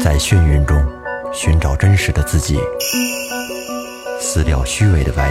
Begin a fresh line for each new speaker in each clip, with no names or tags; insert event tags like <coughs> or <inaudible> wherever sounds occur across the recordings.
在眩晕中寻找真实的自己，撕掉虚伪的外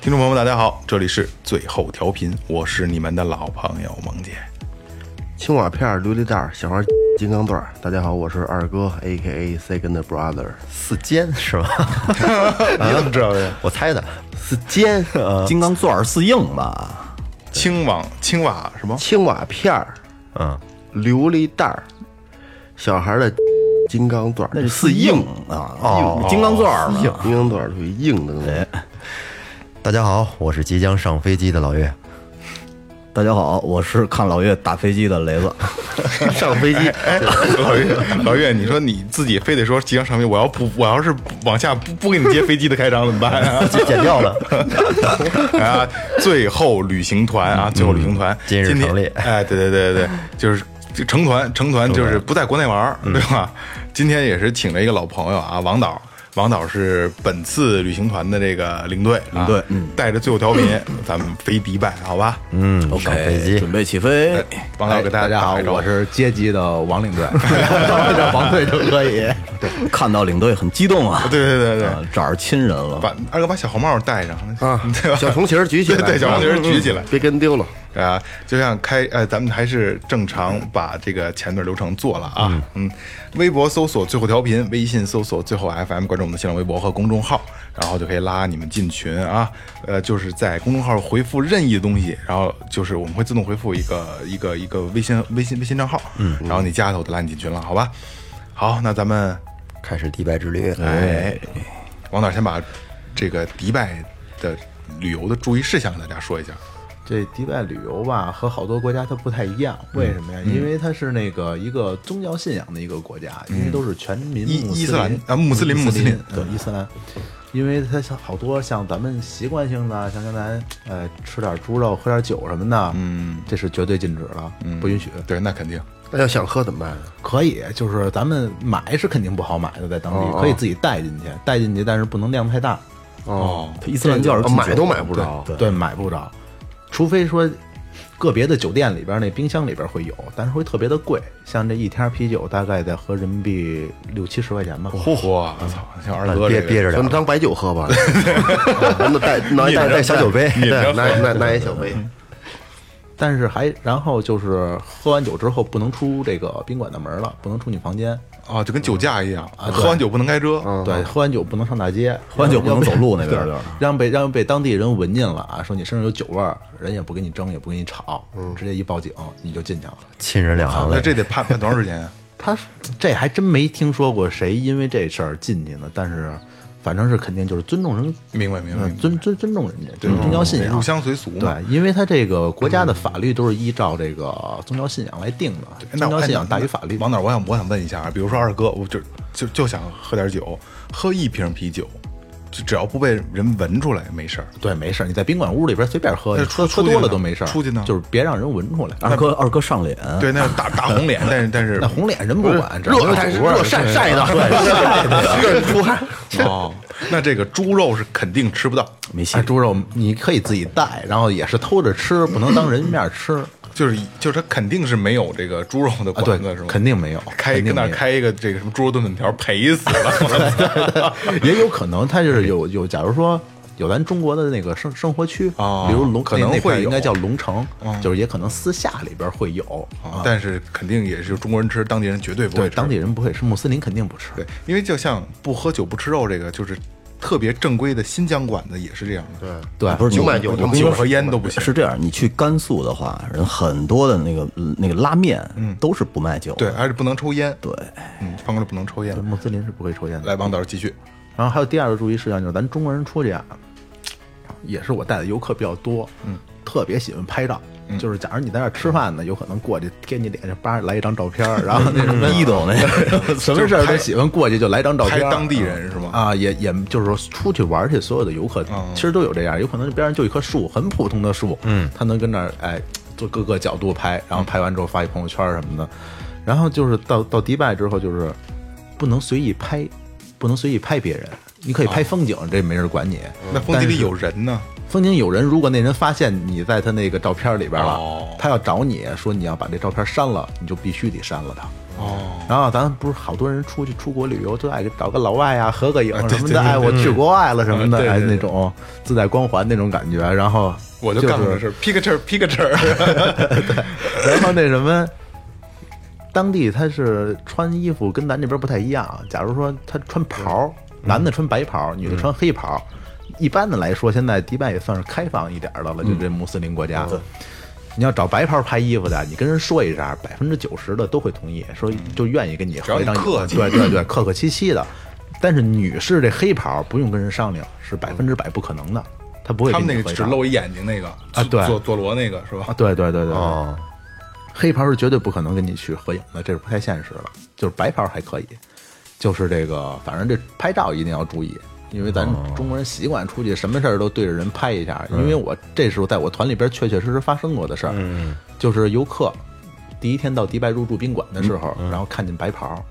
听众朋友们，大家好，这里是最后调频，我是你们的老朋友萌姐。
青瓦片、琉璃蛋、小花 <laughs> 金刚钻。大家好，我是二哥，A K A Second Brother。
四尖是 <laughs> 吧？
你怎么知道的？
<laughs> 我猜的。
四
<laughs>
尖，
金刚钻儿四硬吧？
青网青瓦什么？
青瓦片儿，
嗯，
琉璃蛋儿，小孩的 <laughs> 金刚钻，
那是四硬啊！哦，金刚钻儿嘛。
金刚钻属于硬的东西。
哎
大家好，我是即将上飞机的老 <laughs> 岳。
大家好，我是看老岳打飞机的雷子。
上飞
<laughs>
机，
哎
哦老岳， <laughs> 老岳，你说你自己非得说即将上飞，我要不，我要是往下不不给你接飞机的开场怎么办啊？
剪掉了，
<laughs> 啊，最后旅行团啊，最后旅行团
今日
天
成立
哎，对对对对对，就是就成团成团就是不在国内玩儿，对吧？今天也是请了一个老朋友啊，王导。王导是本次旅行团的这个领队啊，
领队嗯
带着最后调频，咱们飞迪拜，好吧？
嗯，上飞
OK，
机
准备起飞。
王导给大家打个招呼
是接机的王领队，叫王队就可以。
看到领队很激动啊！
对对对对，
啊，找着亲人了。
把二哥把小红帽戴上
啊
<laughs> 对吧？
小红旗儿举起来，啊嗯
对对小红旗
啊
儿举起来
别跟丢了。
啊，就像开呃，咱们还是正常把这个前段流程做了啊。嗯，微博搜索最后调频，微信搜索最后 FM，关注我们的新浪微博和公众号，然后就可以拉你们进群啊。呃，就是在公众号回复任意的东西，然后就是我们会自动回复一个一个一个微信微信微信账号，嗯，然后你加他我就拉你进群了，好吧？好，那咱们
<laughs> 开始迪拜之旅。
哎，王导先把这个迪拜的旅游的注意事项给大家说一下。
这迪拜旅游吧，和好多国家它不太一样，
嗯
为什么呀？因为它是那个一个宗教信仰的一个国家，因为都是全民
嗯伊
穆
伊斯
斯
兰啊穆斯林穆斯林
对伊斯兰。因为它像好多像咱们习惯性的，像刚才呃吃点猪肉、喝点酒什么的，嗯，这是绝对禁止了，
嗯
不允许。
呃对，那肯定。
那要想喝怎么办啊？
可以，就是咱们买是肯定不好买的，在当
哦哦
地可以自己带进去，带进去，但是不能量太大。
哦，
伊斯兰教是
啊
禁酒
买都买不着。
对，买不着，除非说个别的酒店里边那冰箱里边会有，但是会特别的贵。像这一天啤酒大概得合人民币六七十块钱吧。
嚯嚯！我操，像啊二哥
哎憋
这个
憋着
咱
点
们
儿，
当白酒喝
<laughs>
吧，咱们带拿一带带
小酒 <laughs> 杯
对，拿一拿拿一小杯。
但是还然后就是喝完酒之后不能出这个宾馆的门了，不能出你房间。
啊，就跟酒驾一样，
对嗯
喝完酒不能开车。
对，喝完酒不能上大街，
嗯喝完酒不能走路那边就
要被
是
对让被让被当地人闻见了啊，说你身上有酒味儿，人也不跟你争，也不跟你吵，
嗯
直接一报警你就进去了。
<laughs> 亲人两行
啊那
泪。
这得判判多长时间
<laughs>
啊？
他这还真没听说过谁因为这事儿进去呢，但是反正是肯定就是尊重人，
明白明白
呃
明白
尊尊尊重人家，尊重宗教信仰，
入乡随俗嘛哎
对，因为他这个国家的法律都是依照这个宗教信仰来定的，
那我
宗教
哎
信
那
仰大于法律。
王导，我想我想问一下啊，比如说二哥，我就就就想喝点酒，喝一瓶啤酒，就只要不被人闻出来没事儿。
对，没事儿，你在宾馆屋里边随便喝，
那
你喝
出
喝
去呢
多了都没事儿，
出去呢啊
就是别让人闻出来。
二哥，二哥上脸。
对，那打打红脸，但是但是
嗯 <laughs> 那红脸人不管，只要
啊
热
有
还是
酒味儿
热晒晒的，热出汗。
哦，那这个猪肉是肯定吃不到，
没戏
哎，猪肉你可以自己带，然后也是偷着吃，不能当人面
嗯
吃
就是就是它肯定是没有这个猪肉的
啊。对
馆子是吗？，
肯定没有，
开
肯
跟
定
那
没有
开一个这个什么猪肉炖粉条，赔死
<laughs>
了。 <laughs>
也有可能他就是有有，假如说有咱中国的那个生生活区，
哦
比如龙
可能
那那块
会有哦
应该叫龙城，就是也可能私下里边会有，啊、
但是肯定也是中国人吃，当地人哦绝对不会
对
吃。
当地人不会吃，穆斯林肯定不吃。
对，因为就像不喝酒不吃肉这个，就是特别正规的新疆馆子也是这样的，
对，
不是
酒
你
买酒
我
他们
酒和烟都不行。
是这样，你去甘肃的话，人很多的那个那个拉面，都是不卖酒
嗯对，
的。
而且不能抽烟。
对，
嗯，方哥不能抽烟
对。穆斯林是不会抽烟的。
来，王导继续。
然后还有第二个注意事项就是，咱中国人出去啊，也是我带的游客比较多，嗯，特别喜欢拍照，
嗯
就是假如你在那儿吃饭呢，有可能过去贴你脸上叭来一张照片儿，然后那什么
嗯
一抖那个
什么事儿都喜欢过去就来张照片儿，
拍当地人是吗
啊，也也就是说出去玩儿去，所有的游客
哦
其实都有这样，有可能边上就一棵树，很普通的树，嗯，他能跟那儿哎做各个角度拍，
嗯
然后拍完之后发一朋友圈儿什么的，然后就是到到迪拜之后就是不能随意拍，不能随意拍别人。你可以拍风景，这没人管你。
哦那风景里有人呢，
风景有人，如果那人发现你在他那个照片里边了，
哦
他要找你说你要把这照片删了，你就必须得删了他。哦，然后咱们不是好多人出去出国旅游都爱找个老外啊合个影
啊对
什么
对对
的，哎，我去国外了什么的，
嗯对对
哎，
对
那种自带光环那种感觉。然后
我就
就
干过这
是，
事儿，picture
<laughs>
picture，
然后那什么，当地他是穿衣服跟咱这边不太一样啊。假如说他穿袍
嗯
儿，男的穿白袍儿，女的穿黑袍儿。一般的来说，现在迪拜也算是开放一点儿的了，就
嗯
这穆斯林国家。你要找白袍儿拍衣服的，你跟人说一声，百分之九十的都会同意，说就愿意跟你
嗯要
合
你
一张影
客气
对对对，客客气气的。但是女士这黑袍儿不用跟人商量，是百分之百不可能的，他不会
他
跟
们
你
那
合
个
一
只
张
露一眼睛那个
啊对
佐佐罗那个是吧
啊，？对对对对对
哦，
黑袍是绝对不可能跟你去合影的，这是不太现实的。就是白袍还可以，就是这个，反正这拍照一定要注意，因为咱中国人习惯出去什么事儿都对着人拍一下。因为我这时候在我团里边确确实实发生过的事儿，就是游客第一天到迪拜入住宾馆的时候，然后看见白袍。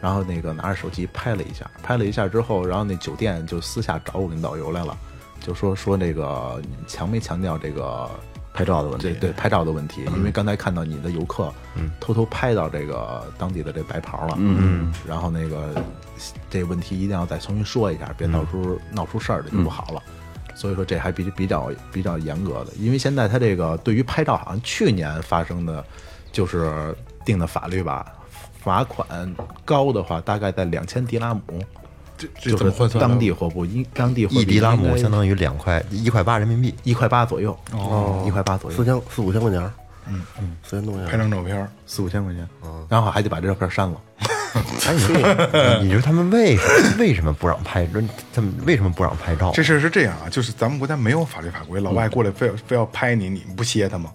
然后那个拿着手机拍了一下，拍了一下之后，然后那酒店就私下找我跟导游来了，就说说这个你们强没强调这个
拍照的问题
对对，拍照的问嗯题，因为刚才看到你的游客偷偷拍到这个当地的这白袍了，嗯，然后那个这问题一定要再重新说一下，别到时候闹出事儿来就不好了。所以说这还比比较比较严格的，因为现在他这个对于拍照，好像去年发生的，就是定的法律吧，罚款高的话大概在两千迪拉姆，
这这
就
怎么换
是
算的？
当地货币，应当地货币
一迪拉
应
姆
该
相当于两块一块八人民币。
一块八左右，哦，一块八左右，
四千四五千块钱儿，嗯嗯，四千多块
<laughs> 拍
钱儿，
张照片儿，
四五千块钱，然后还得把这照片删了。
哎，你 <laughs> 说，你说他们为什么为什么不让拍？他们为什么不让拍照？
这事儿是这样啊，就是咱们国家没有法律法规，老
嗯
外过来非要非要拍你，你不歇他吗？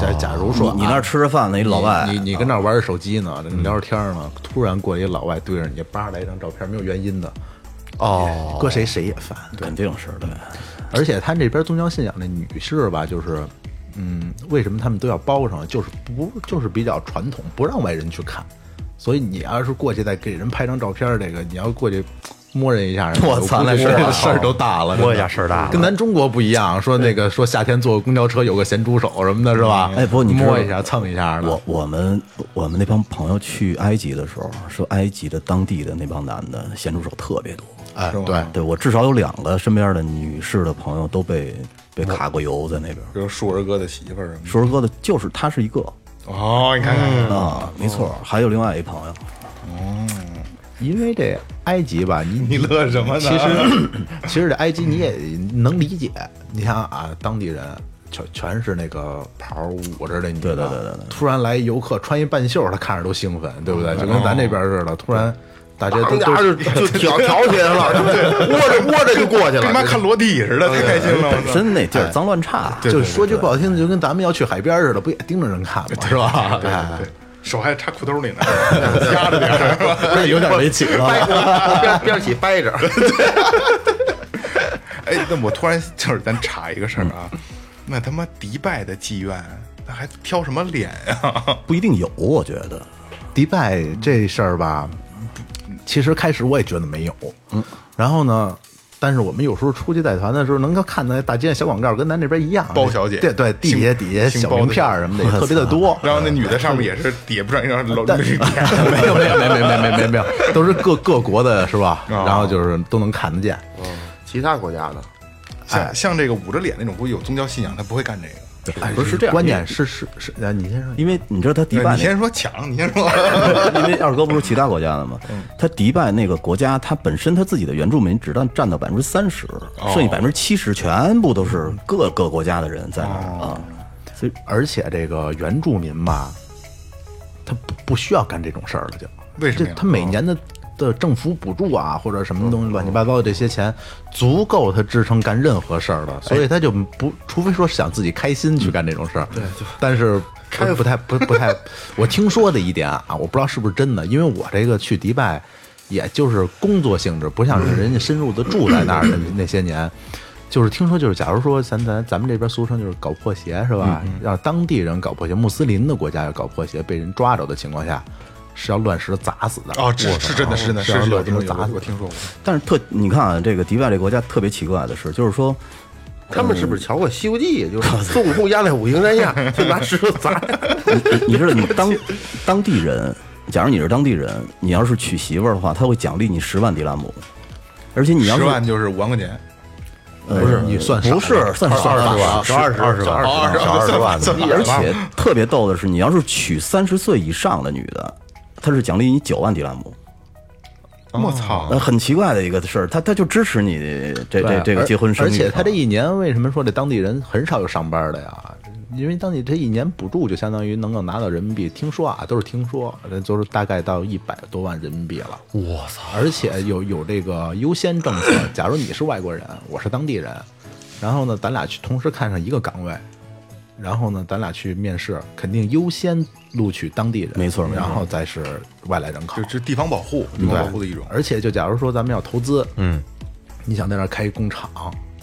假假如说啊
你你那儿吃着饭呢，一老外，
你你你跟那儿玩着手机呢，聊着天儿呢，突然过一老外对着你叭来一张照片，没有原因的，哎
哦，
搁谁谁也烦。
肯定是对，
而且他这边宗教信仰的女士吧，就是，嗯，为什么他们都要包上？就是不就是比较传统，不让外人去看。所以你要是过去再给人拍张照片儿，这个你要过去摸人一下，
<laughs> 我操
估
那
计
事儿大了
事儿都大了，
摸一下事儿大了
跟咱中国不一样，说那个说夏天坐公交车有个咸猪手什么的，是吧？
哎不过你知道
摸一下蹭一下的，
我我们我们那帮朋友去埃及的时候，说埃及的当地的那帮男的咸猪手特别多。
哎对。
对我至少有两个身边的女士的朋友都被被卡过油在那边。
比如树儿哥的媳妇儿什么
硕儿哥的就是他是一个
的。哦，你看
嗯
看，
啊，没错，还有另外一朋友，
因为这埃及吧，你
你乐什么呢？
其实 <coughs> 其实这埃及你也能理解，你想啊，当地人全全是那个袍儿捂着的女的，
对对对对对
突然来游客穿一半袖儿，他看着都兴奋，对不对？就跟咱这边似的，突然大家都
当家
都
就就挑挑起来
<laughs>
了，窝着窝着就过去
跟 <laughs>
了，
他妈看裸体似的，太开心了！我
本
操
身那地儿脏乱差，
就说句不好听的，就跟咱们要去海边似的，不也盯着人看吗？是吧？哎
对，手还插裤兜 <laughs> 里呢，压着点儿是吧。
那有点没起了。
边边起掰着，
<laughs> 哎，那我突然就是咱查一个事儿啊，
嗯
那他妈迪拜的妓院，那还挑什么脸啊？ <laughs>
不一定有，我觉得
迪拜这事儿吧，其实开始我也觉得没有，嗯，然后呢，但是我们有时候出去带团的时候，能够看到大街上小广告跟咱这边一样，
包小姐
对对，地
姓
下底下
姓
小
包的
名片儿什么的也特别的多，
然后那女的上面也是底下不上一张裸
嗯但 <laughs> 哎
女脸，
没有没有没有没有没有没有没有没有，都是各各国的是吧？
哦
然后就是都能看得见，
其他国家的
像像这个捂着脸那种，估计有宗教信仰，他不会干这个。
哎
不是是这样
关键是是是，啊你先说，
因为你知道他迪
对
拜
你
那
先说抢，你先说。
<laughs> 因为二哥不是其他国家的吗？
嗯
他迪拜那个国家，他本身他自己的原住民只占占到百分之三十，
哦
剩下百分之七十全部都是各个国家的人在那儿
哦
啊。所以
而且这个原住民吧，他不不需要干这种事儿了就，
为什么呀
这他每年的的政府补助啊，或者什么东西乱七八糟的这些钱，足够他支撑干任何事儿了，所以他就不，除非说想自己开心去干这种事儿。对，但是开不太不不太，我听说的一点啊，我不知道是不是真的，因为我这个去迪拜，也就是工作性质，不像是人家深入的住在那儿的那些年。就是听说，就是假如说咱咱咱们这边俗称就是搞破鞋是吧？让当地人搞破鞋，穆斯林的国家要搞破鞋，被人抓着的情况下，是要乱石砸死的。
哦，这是真的是真的，
是啊
是有
乱
这
石
么
砸死
我
的。
听说过。
但是特你看啊，这个迪拜这国家特别奇怪的是，就是说，
他们是不是瞧过《西游记》？就是孙悟空压在五行山下，就拿石头砸。
你你知道你当
<laughs>
当地人，假如你是当地人，你要是娶媳妇儿的话，他会奖励你十万迪拉姆，而且你要
十
是
万就是五万块钱，
不
嗯
是你算
不是算少
二
了
十万，
是
二十万，二
哦
啊
十万，二十万，
算
而且特别逗的是，你要是娶三十岁以上的女的，她是奖励你九万迪拉姆，
我操
呃，！很奇怪的一个事儿，她她就支持你这
对啊
这这个结婚生
而
育，啊
且他这一年为什么说这当地人很少有上班的呀？因为当地这一年补助就相当于能够拿到人民币，听说啊，都是听说，这就是大概到一百多万人民币了。我操！而且有有这个优先政策，假如你是外国人，我是当地人，然后呢，咱俩去同时看上一个岗位，然后呢，咱俩去面试，肯定优先录取当地人，
没错没错
然后再是外来人口
就，这地方保护，地方保护的一种。
而且就假如说咱们要投资，嗯，你想在那儿开一工厂，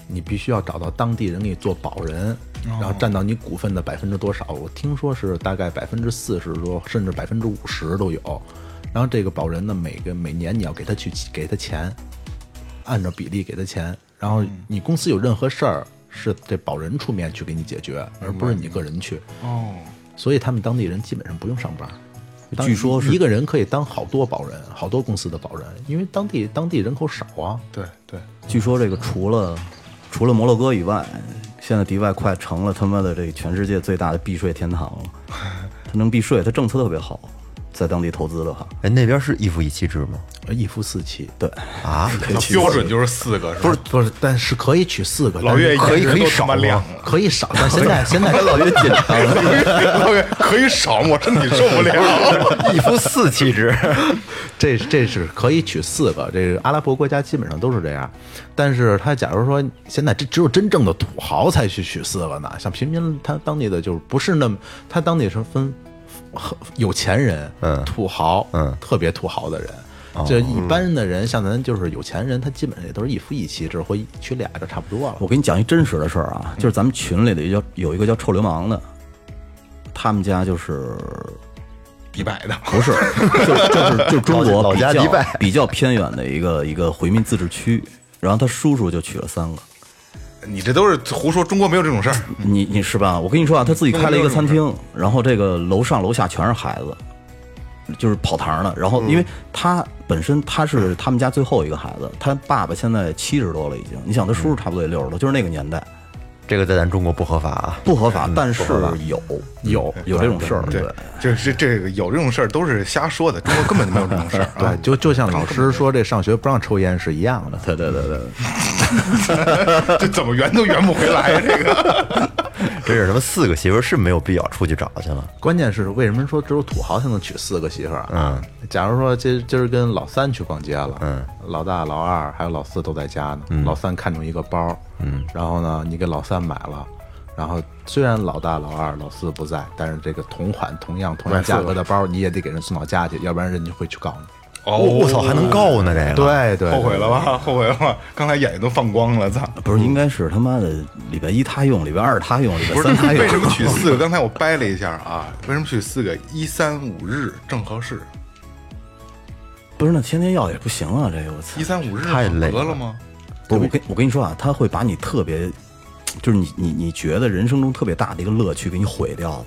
你必须要找到当地人给你做保人，
哦
然后占到你股份的百分之多少？我听说是大概百分之四十多，甚至百分之五十都有。然后这个保人呢，每个每年你要给他去给他钱，按照比例给他钱。然后
嗯
你公司有任何事儿，是这保人出面去给你解决，而不是你个人去。
哦，
所以他们当地人基本上不用上班。当
据说是
一个人可以当好多保人，好多公司的保人，因为当地当地人口少啊。
对对，
据说这个除了除了摩洛哥以外，现在迪拜快成了他妈的这全世界最大的避税天堂了。它能避税，它政策特别好，在当地投资的话，
哎，那边是一夫一妻制吗？
呃一夫四妻，
对
啊，
那标准就是四个，
不
是
是不是，但是可以娶四个。
老岳
但是
一人
可
都
以可以
他
少
妈
啊
亮了
可以少，但现
<laughs>
在现在
老岳紧张了。
吧？ <laughs> 老岳可以少，我身体受不了。
<laughs>
<laughs>
一夫四妻制。 <laughs>
这这是可以娶四个，这个阿拉伯国家基本上都是这样。但是他假如说现在这只有真正的土豪才去娶四个呢，像平民他当地的就是不是那么，他当地是分很有钱人、
嗯
土豪、
嗯
特别土豪的人。这一般的人，像咱就是有钱人，他基本上也都是一夫一妻制或一娶俩就差不多了。
我给你讲一真实的事儿啊，就是咱们群里的叫有一个叫臭流氓的，他们家就是
迪拜的，
不是，就就是就是中国
老
比
家
较
迪拜
<laughs> 比较偏远的一个一个回民自治区，然后他叔叔就娶了三个。
你这都是胡说，中国没有这种事儿。
你你是吧？我跟你说啊，他自己开了一个餐厅，然后这个楼上楼下全是孩子，就是跑堂的。然后因为他本身他是他们家最后一个孩子，他爸爸现在七十多了已经。你想他叔叔差不多也六十多，就是那个年代
这个在咱中国不合法啊。
不合法，但是有有有这种事儿，对
对，就是这这个有这种事儿都是瞎说的，中国根本就没有这种 <laughs> 事儿啊。
对，就就像老师说这上学不让抽烟是一样的。对对对对。
啊这怎么圆都圆不回来呀、这个
真是什么四个媳妇儿是没有必要出去找去了。
关键是为什么说只有土豪才能娶四个媳妇儿啊？假如说今今儿跟老三去逛街了，嗯，老大、老二还有老四都在家呢，老三看中一个包，嗯，然后呢，你给老三买了。然后虽然老大、老二、老四不在，但是这个同款、同样、同样价格的包，你也得给人送到家去，要不然人家会去告你。
哦
我我操，还能告呢？这个
对对，
后悔了吧？后悔了吧？刚才眼睛都放光了，操！
不是应该是他妈的礼拜一他用，礼拜二他用，礼
不
拜
是
三他用
为。什么取四个？ <laughs> 刚才我掰了一下啊，为什么取四个？一三五日正合适，
不是那天天要也不行啊，这个我操
一！三五日
太累
合
了
了吗？
不是我跟我跟你说啊，他会把你特别，就是你你你觉得人生中特别大的一个乐趣给你毁掉的。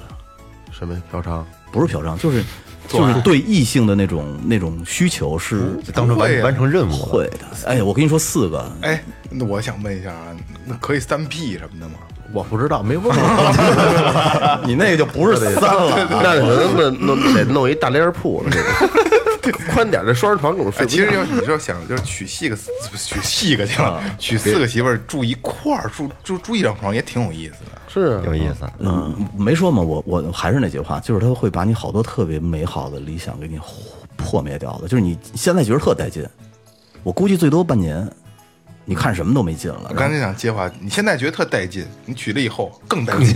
什么嫖娼？
不是嫖娼，就是就是对异性的那种那种需求是
就当成
不会
完
啊
完成任务了。
会的。哎，我跟你说，四个
哎，那我想问一下啊，那可以三 P 什么的吗？
我不知道，没问过。
<laughs> 你那个就不是三了。 <laughs>
那可能弄弄得弄一大帘铺了，这个宽点儿的双人床给我
哎，
睡不
其
着。
实要你要想就是娶四个娶四个去了，娶四个媳妇儿住一块儿住住住一张床也挺有意思的。
是啊
有意思，
嗯，没说嘛，我我还是那句话，就是他会把你好多特别美好的理想给你毁破灭掉的，就是你现在觉得特带劲，我估计最多半年，你看什么都没劲了。
我
然
刚
后
才想接话，你现在觉得特带劲，你娶了以后更带劲。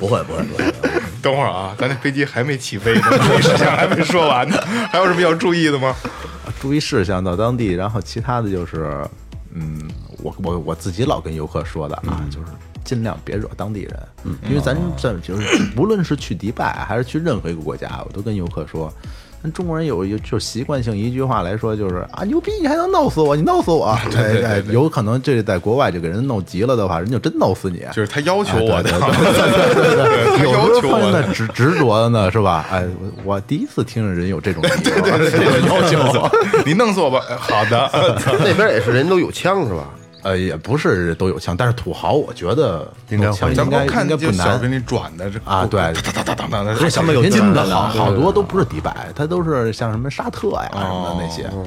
不会不会不会，不会
<laughs> 等会儿啊，咱这飞机还没起飞呢， <laughs> 注意事项还没说完呢，还有什么要注意的吗？
注意事项到当地，然后其他的就是，嗯，我我我自己老跟游客说的啊，就是尽量别惹当地人，因为咱这就是无论是去迪拜还是去任何一个国家，我都跟游客说。咱中国人有一就是习惯性一句话来说，就是啊牛逼，你还能闹死我，你闹死我！对
对对对
有可能这在国外就给人弄急了的话，人就真闹死你。
就是他要求我
啊
的，他
有
要
时
求
候
我
放在
的。
那执执着的呢，是吧？哎，我我第一次听着人有这种对
<laughs>
对对 <laughs>
要求 <laughs> 你弄死我吧！呃好的，
那边也是人都有枪是吧？
呃，也不是都有枪，但是土豪我觉得
应该会
枪
咱
应
们
该
看
应该不
就小给
难。
你转的这
啊对
哒哒哒哒哒哒，
还什么有
人
劲
家
的
的好
了？
好多都不是迪拜，它都是像什么沙特呀什么的那些。
哦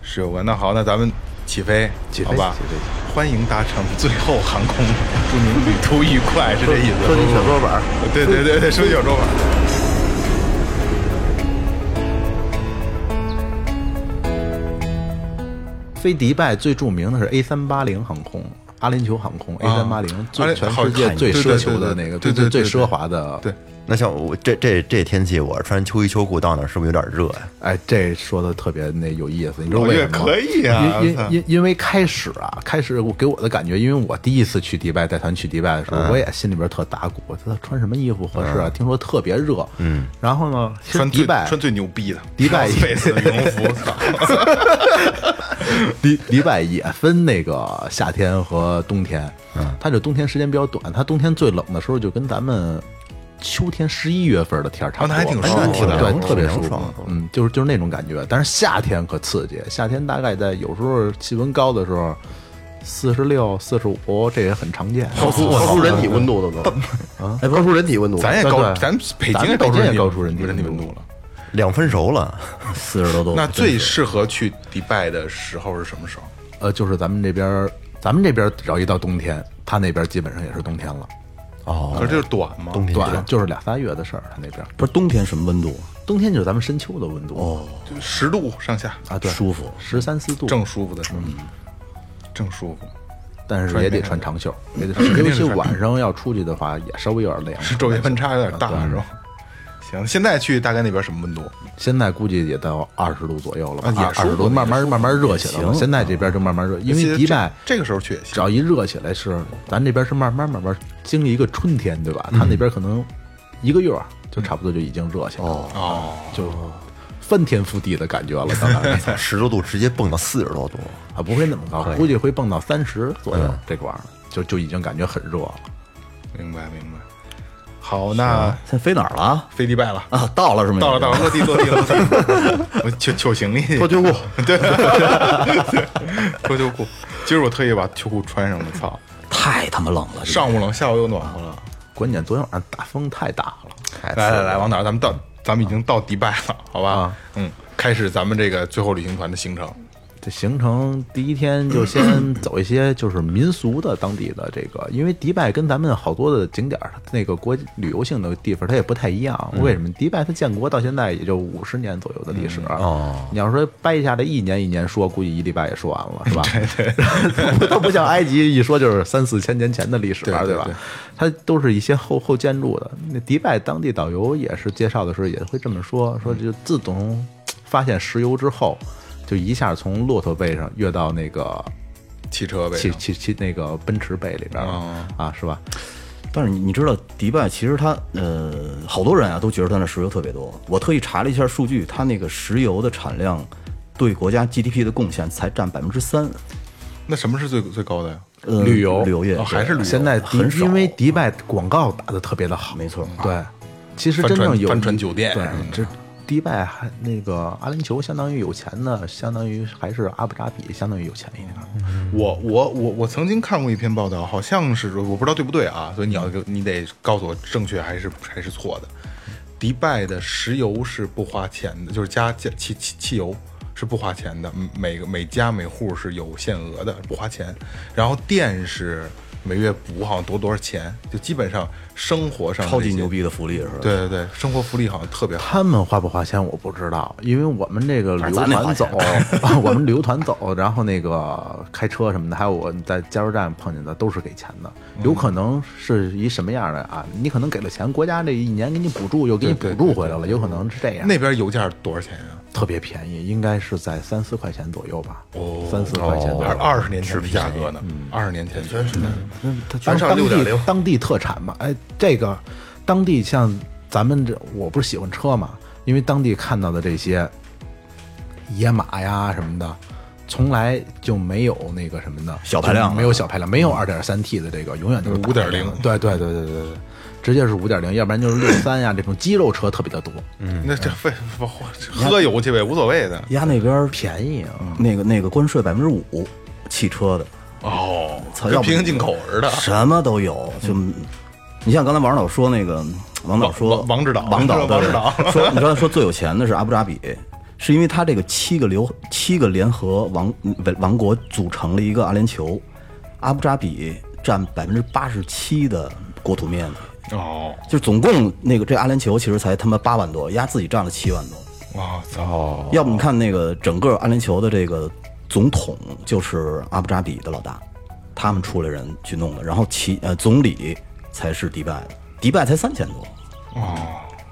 是有关。那好，那咱们起飞，
起飞
好吧
起飞起？
欢迎搭乘最后航空，祝您旅途愉快，是这意思。
说你小桌板儿，
对对对对，说小桌板。
飞迪拜最著名的是 A 三八零航空。阿联酋航空 A
啊
三八零，
阿
最
联
全
好
世界
看
最
对
奢
对
求的
对
那个，
对
最
对
最
对
奢华的。
对，
那像我这这这天气，我穿秋衣秋裤到那儿是不是有点热呀、
哎，这说的特别那有意思，你知道
老
为
岳
什么吗？
哦可以啊，
因因
操
因因为开始啊，开始我给我的感觉，因为我第一次去迪拜带团去迪拜的时候，
嗯
我也心里边特打鼓，他穿什么衣服合适啊？听说特别热，嗯，然后呢，其实
穿
迪
最
拜
穿最牛逼的 <laughs>
迪拜
Space 的羽绒服，
<laughs>
操！
迪迪拜也分那个夏天和冬天，嗯，它这冬天时间比较短，它冬天最冷的时候就跟咱们秋天十一月份的天儿差不多，
哦那还挺舒服的
哎对，
嗯
特别舒
挺
服
爽，
嗯，就是就是那种感觉。但是夏天可刺激，夏天大概在有时候气温高的时候。四十六、四十五，这也很常见。
哦
高出人体温度的都啊，高出人体温度。
咱也
对
高，
对
咱北
咱
京也
北
高出
京也
人体
高出人体
人体温
温
度
度
了。
两分熟了，
四十多度，
那最适合去迪拜的时候是什么时候？
呃，就是咱们这边儿，咱们这边儿只要一到冬天，他那边儿基本上也是冬天了，
哦，
可是这是短吗？
冬天
短就是俩仨月的事儿。他那边儿
不是冬天什么温度？
冬天就是咱们深秋的温度哦
就十度上下，
啊，对，
舒服
十三四度，
正舒服的时候，正舒服。
但是也得穿长袖，
<laughs>
也得穿，
嗯肯
尤
定
其
是
晚上要出去的话，也稍微有点凉。
是昼夜温差有点大，是吧？行，现在去大概那边什么温度？
现在估计也到二十度左右了吧，
啊也舒服啊
二十度，慢慢慢慢热起来了。现在这边就慢慢热，因
其
为
实
迪拜
这这个时候去也
只
行。
要一热起来是，咱这边是慢慢慢慢经历一个春天，对吧？他
嗯
那边可能一个月儿就差不多就已经热起来了，啊
哦，
就翻天覆地的感觉了，当
<laughs>
然
十多度直接蹦到四十多度，
啊不会那么高，估计会蹦到三十左
嗯
右这块儿，就就已经感觉很热了。
明白明白。好，那
现在飞哪儿了啊？
飞迪拜了，
啊，到了是吗？
到了到了，落地落地落地，我取取行李，
脱秋裤，
对，脱秋裤。今儿我特意把秋裤穿上了，操，
太他妈冷了，这
上午冷，下午又暖和了。
关键昨天晚上大风太大了，
来来来，往哪儿？咱们到，咱们已经到迪拜了，好吧
啊？
嗯，开始咱们这个最后旅行团的行程。
这行程第一天就先走一些就是民俗的当地的这个，因为迪拜跟咱们好多的景点儿那个国旅游性的地方它也不太一样。为什么？迪拜它建国到现在也就五十年左右的历史。啊
哦，
你要说掰下来一年一年说，估计一礼拜也说完了，是吧？
<laughs>
对对，它不像埃及一说就是三四千年前的历史了，
对对
吧
对？
它都是一些后后建筑的。那迪拜当地导游也是介绍的时候也会这么说，说就自从发现石油之后，就一下从骆驼背上跃到那个
汽车呗，
汽汽汽那个奔驰背里边了、
哦
啊，是吧？
但是你你知道，迪拜其实它呃，好多人啊都觉得它那石油特别多。我特意查了一下数据，它那个石油的产量对国家 GDP 的贡献才占百分之三。
那什么是最最高的呀？
呃，
旅游
旅游业、
哦还是旅游
现在迪
很少
因为迪拜广告打的特别的好，
没错
对，其实
啊帆
真
船
正有
帆船酒店嗯
对
什么的，
这迪拜还那个阿联酋相当于有钱的，相当于还是阿布扎比相当于有钱一点儿。
我我我我曾经看过一篇报道，好像是我不知道对不对啊，所以你要给你得告诉我正确还是还是错的。迪拜的石油是不花钱的，就是加加汽汽汽油是不花钱的，嗯每个每家每户是有限额的，不花钱。然后电是每月补好像多多少钱，就基本上生活上
超级
那些
牛。逼的福利是吧？
对对对，生活福利好像特别好。
他们花不花钱我不知道，因为我们这个旅游
咱得花
团走， <laughs> 我们旅游团走，然后那个开车什么的，还有我在加油站碰见的都是给钱的，
嗯
有可能是一什么样的啊？你可能给了钱，国家这一年给你补助，又给你补
对对
助回来了，有可能是这样。
那边油价多少钱啊呀、
特别便宜，应该是在三四块钱左右吧，
哦
三四块钱左
还是
右。
二十年前的价格呢？二十年前真是
当
全上
当地
6.0
当地特产嘛，哎，这个当地像咱们这，我不是喜欢车嘛，因为当地看到的这些野马呀什么的，从来就没有那个什么的
小排量的
没有小排量，没有二点三 T 的这个，永远就是大排量的
5.0
对对对对对对，直接是五点零，要不然就是六三呀这种肌肉车特别的多，
那这费喝油去呗，无所谓的。
压那边儿
便宜啊，
那个那个关税百分之五，汽车的
哦，
操
跟
要不
平行进口似的。
什么都有。就你像刚才王导说那个，王导说
王王指导
王导
你知道
对
王指
说你刚才说最有钱的是阿布扎比，是因为他这个七个流七个联合王呃王国组成了一个阿联酋，阿布扎比占百分之八十七的国土面积，
哦，
就总共那个这阿联酋其实才他妈八万多，丫自己占了七万多。
哇操！
要不你看那个整个阿联酋的这个总统就是阿布扎比的老大，他们出来人去弄的，然后其呃总理才是迪拜的，迪拜才三千多，
哦，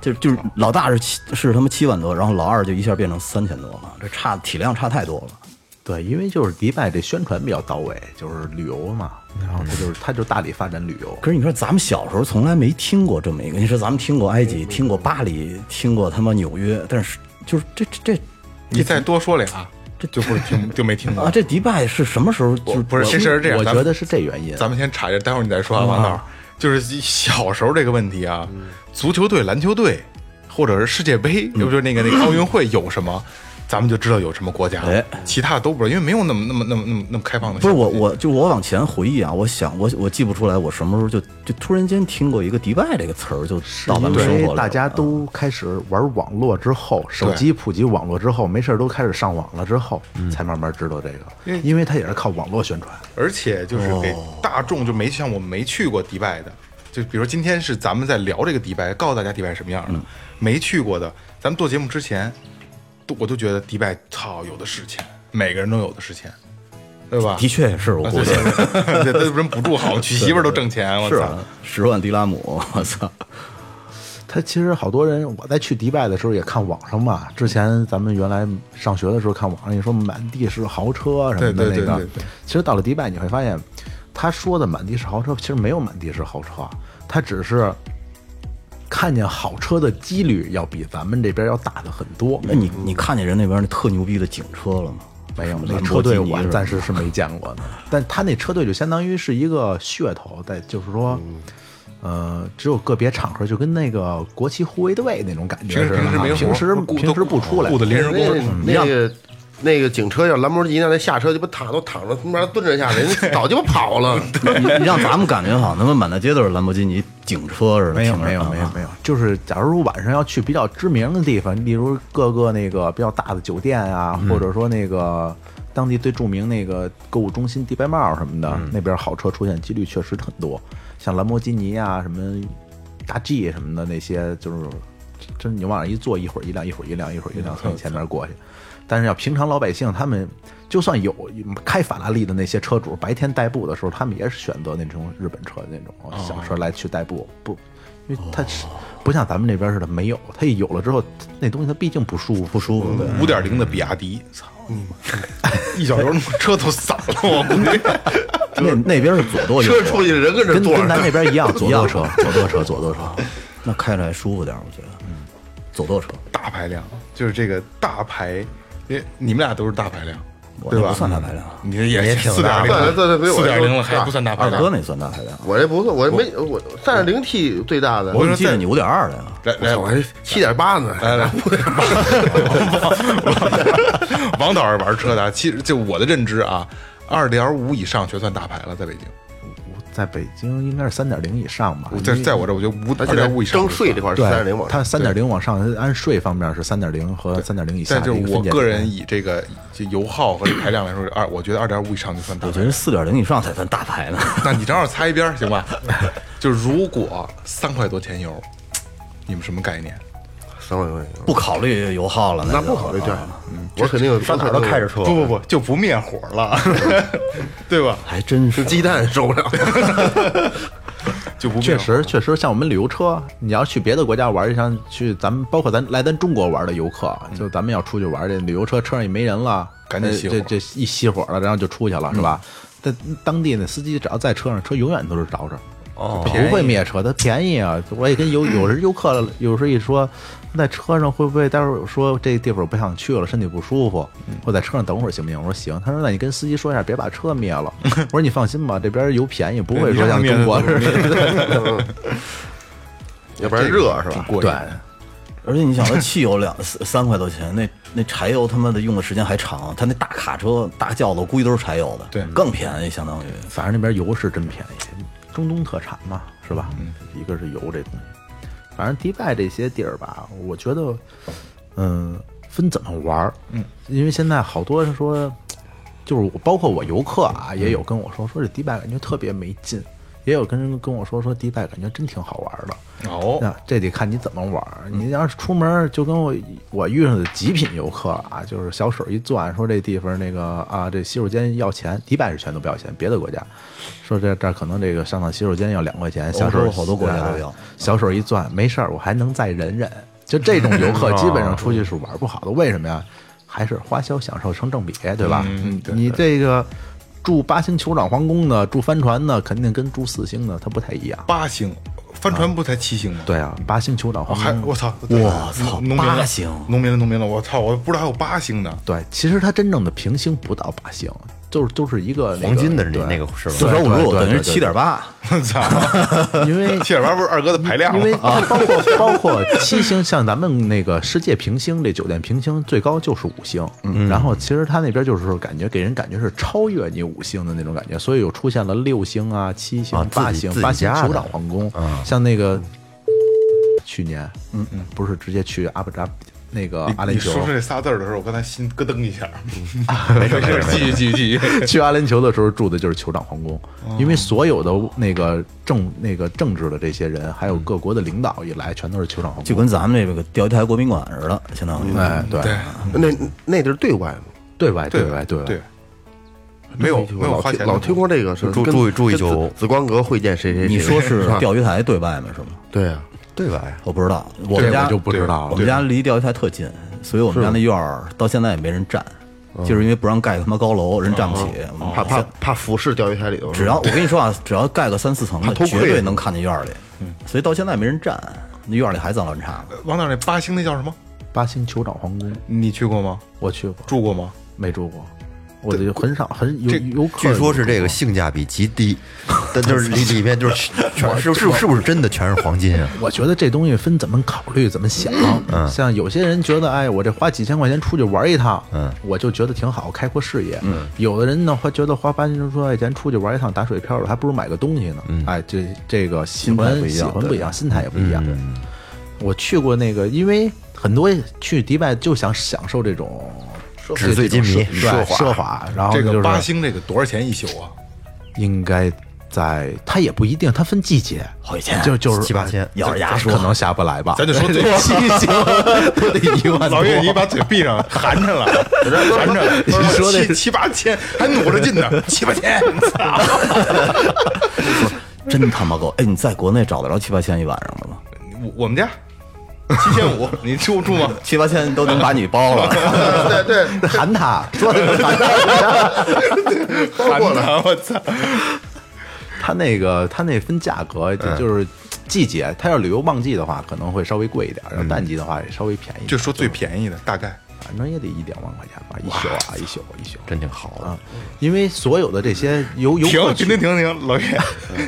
就就是老大是七是他妈七万多，然后老二就一下变成三千多了，这差体量差太多了。
对，因为就是迪拜这宣传比较到位，就是旅游嘛，然后它就是它就大力发展旅游。
可是你说咱们小时候从来没听过这么一个，你说咱们听过埃及，听过巴黎，听过他妈纽约，但是就是这这这
你再多说俩，这就不是听就没听
啊
过。
这迪拜是什么时候就
不是，其实是这样，
我
咱
觉得是这原因。
咱们先查一下，待会儿你再
嗯
说啊，王导。就是小时候这个问题啊，足球队、篮球队，或者是世界杯，
嗯
要不就是那个那个奥运会有什么，咱们就知道有什么国家
哎，
其他都不知道，因为没有那么那么那么那么那么开放的
不
想
是
法。
我，我就我往前回忆啊，我想我我记不出来我什么时候就就突然间听过一个迪拜这个词儿，就到咱们生活
因
里
为
了
大家都开始玩网络之后，
嗯
手机普及网络之后，没事儿都开始上网了之后，
嗯
才慢慢知道这个，因为它也是靠网络宣传。
而且就是给大众就没像我们没去过迪拜的，就比如今天是咱们在聊这个迪拜，告诉大家迪拜是什么样
嗯
的，没去过的，咱们做节目之前，都我都觉得迪拜操有的是钱，每个人都有的是钱，对吧？
的确也是，我
啊
估
对
<laughs> 计
对，对对人补助
<laughs>
好，娶媳妇儿都挣钱，我
是
操
啊！十万迪拉姆，我操！
他其实好多人，我在去迪拜的时候也看网上嘛。之前咱们原来上学的时候看网上，你说满地是豪车什么的那个，
对对对对对
其实到了迪拜你会发现，他说的满地是豪车，其实没有满地是豪车，他只是看见好车的几率要比咱们这边要大的很多。
那哎你你看见人那边那特牛逼的警车了吗？
没有，
什么
那
兰
车
博基
队
尼
我
是吧
暂时是没见
<laughs>
过的。但他那车队就相当于是一个噱头，在就是说，呃，只有个别场合，就跟那个国旗护卫队那种感觉
平时
似的
平时
啊。
没活儿
平时
都雇
平时不出来
雇，的临时工，
那那个那个警车要兰博基尼，那下车就不躺都躺着，他妈蹲着下来，人家早就跑了。
你你让咱们感觉好像他妈满大街都是兰博基尼警车似的，
没有
停着
没有
啊
没有没有，就是假如晚上要去比较知名的地方，例如各个那个比较大的酒店啊，
嗯
或者说那个当地最著名那个购物中心迪拜帽什么的，
嗯
那边好车出现几率确实很多，像兰博基尼啊什么大 G 什么的那些，就是真你往上一坐，一会儿一辆，一会儿一辆，一会儿一辆从你前面过去。但是要平常老百姓，他们就算有开法拉利的那些车主，白天代步的时候，他们也是选择那种日本车那种小车来去代步，不，因为它是不像咱们那边似的没有，它一有了之后，那东西它毕竟不舒服，不舒服。对，
五点零的比亚迪，操你
<laughs>
妈！ <laughs> 一脚油车都散了，我估计。
那那边是左舵右
车
舵，
出去人跟这
跟
坐
跟咱
着，
那边一样， <laughs> 左
一样
舵车，左舵车，左舵车。
那开着还舒服点儿，我觉得。
嗯
左舵车，
大排量，就是这个大排，因为你们俩都是大排量，
我
对
那
吧？
不算大排量，
你这也四点
大对对
零，
对
四点零了
我啊
还不算大排
二
量
哥。那算大排量。
我这不错，我没我三点零 T 最大的，
我
跟你说
怎么记得
在
你五点二的呀？
来
哎
来，
我还七点八呢，
来来， <laughs> 王导是玩车的啊，其实就我的认知啊，二点五以上全算大牌了，在北京。
在北京应该是三点零以上吧
我，在
因为
在我这我就五
哎而
二
且
点五以上
征
就
税
算
这块儿是
对
三点零往上，
它三点零往上，按税方面是三点零和三点零以下
但
的
就
一
是
分
我
界
个
点
人以这个就油耗和这排量来说，二我觉得二点五以上就算大
我
排
觉得四点零以上才算大牌呢。 <laughs>
那你正好擦一边儿行吧？ <laughs> 就如果三块多钱油，你们什么概念？
三万块钱，
不考虑油耗了，
那
就
不考虑对，嗯我肯定有
上哪儿都开着车，
不不不，就不灭火了， <laughs> 对吧？
还真是
吃鸡蛋受不了，
<laughs> 就不灭
确
火
实，确实，像我们旅游车，你要去别的国家玩儿，像去咱们包括咱来咱中国玩的游客，就咱们要出去玩儿去，旅游车车上也没人了，
嗯赶紧
呃
熄火嗯
这这一熄火了，然后就出去了，是吧？但当地那司机只要在车上，车永远都是着着，哦，不会灭车，它便宜啊！我也跟有有时游客有时一说，在车上会不会待会儿说这地方我不想去了，身体不舒服，
嗯
我在车上等会儿行不行？我说行，他说那你跟司机说一下，别把车灭了。我说你放心吧，这边油便宜，不会说像中国似的。
<laughs> 要不然热是吧？
过瘾
对，
而且你想，那汽油两三三块多钱，那那柴油他妈的用的时间还长，他那大卡车、大轿子，我估计都是柴油的，
对
更便宜，相当于。
反正那边油是真便宜，中东特产嘛，是吧？一个是油这东西，反正迪拜这些地儿吧，我觉得，嗯，分怎么玩儿，嗯，因为现在好多人说，就是我包括我游客啊，也有跟我说说这迪拜感觉特别没劲，也有跟人跟我说说迪拜感觉真挺好玩儿的，
哦，
那这得看你怎么玩儿。你要是出门儿，就跟我我遇上的极品游客啊，就是小手一攥，说这地方那个啊，这洗手间要钱，迪拜是全都不要钱，别的国家说这这儿可能这个上趟洗手间要两块钱，小
欧
手
洲好多国家都要
啊小手一攥，没事儿，我还能再忍忍。就这种游
嗯
客基本上出去是玩不好的，为什么呀？还是花销享受成正比，对吧？
嗯对
你这个住八星酋长皇宫的，住帆船的，肯定跟住四星的它不太一样。
八星帆船不才七星吗？
对啊，八星酋
哦
长
我
皇
还
宫
我操，
我操
农民了
八星
农民了，农民了，我操，我不知道还有八星呢。
对，其实它真正的平行不到八星，就是就是一个、那个、
黄金的那
对
那个是吧
四舍五入等于七，点
对
八，
我操， <laughs>
对对对对因为
谢尔巴不是二哥的排量啊吗？
因为它包括 <laughs> 包括七星，像咱们那个世界平星这酒店平星最高就是五星，嗯，然后其实它那边就是说感觉给人感觉是超越你五星的那种感觉，所以又出现了六星啊、七星、
啊自己
八星
自、己
八星
家的啊
酋长皇宫，像那个去年，嗯嗯，不是直接去阿布扎比那个阿
你
联
你
酋，
说出这仨字儿的时候，我刚才心咯噔一下。 <laughs> 没事没事，继续继续继续。
去阿联酋的时候住的就是酋长皇宫，因为所有的那个政那个政治的这些人，还有各国的领导一来，全都是酋长皇
就
宫。
跟咱们这个钓鱼台国宾馆似的，相当于。
哎，对，
对
嗯那那地儿啊对外吗？
对外
对
外对
对
外，，
没有没有
老
花
听
钱的
老听过这个是
注
跟
注意注意
跟
就
紫紫光阁会见谁谁谁，
你说是
吧
钓鱼台对外吗？是吗？
对啊，
对吧呀？
我不知道，我
这
们
我
家
就不知道
我
了。
们家离钓鱼台特近，所以我们家那院儿到现在也没人占，就是因为不让盖他妈高楼，人站不起。嗯我们
怕怕怕俯视钓鱼台里头，
哦只要我跟你说啊， <laughs> 只要盖个三四层
怕
的，
偷窥
绝对能看见院儿里。所以到现在没人占，那院儿里还脏乱差。
王导那八星那叫什么？
八星酋长皇宫，
你去过吗？
我去过，
住过吗？
没住过，我就很少很有
这
有客
据
人
说是这个性价比极低，但就是里里面就是全是是是不是真的全是黄金啊？
我觉得这东西分怎么考虑，怎么想。像有些人觉得，哎，我这花几千块钱出去玩一趟，
嗯
我就觉得挺好，开阔视野。有的人呢，花觉得花八千多块哎钱出去玩一趟打水漂了，还不如买个东西呢。哎，这这个喜
心态
欢
不一样
喜欢
对
不一样，心态也不一样。我去过那个，因为很多去迪拜就想享受这种
纸醉金迷
奢对奢华，然后
这
就
个
是
八星这个多少钱一宿 <laughs> 啊？
应该在，它也不一定，它分季节，
好几千
就就是呃
七八千
咬着牙说
可能下不来吧。
咱就说最
这七星都 <laughs> 得一万多
老岳，你把嘴闭 <laughs> 上，含着了，含着了。
你说的
七七八千，还努着劲呢，七八千，操！
真他妈够！哎，你在国内找得着七八千一晚上的吗？
<laughs> 我我们家七千五，你住住吗？
七八千都能把你包 <laughs> 了。
对对，
<laughs>
喊他说的是喊他。
包括了，
啊我操！
他那个他那分价格就就是季嗯节，他要旅游旺季的话可能会稍微贵一点，然后淡季的话也稍微便宜一点。
就说最便宜的，大概
反正也得一两万块钱吧，一宿啊，一宿一宿
真挺好的
啊。因为所有的这些游游
停
客
停
群
停停停，老 <laughs> 岳，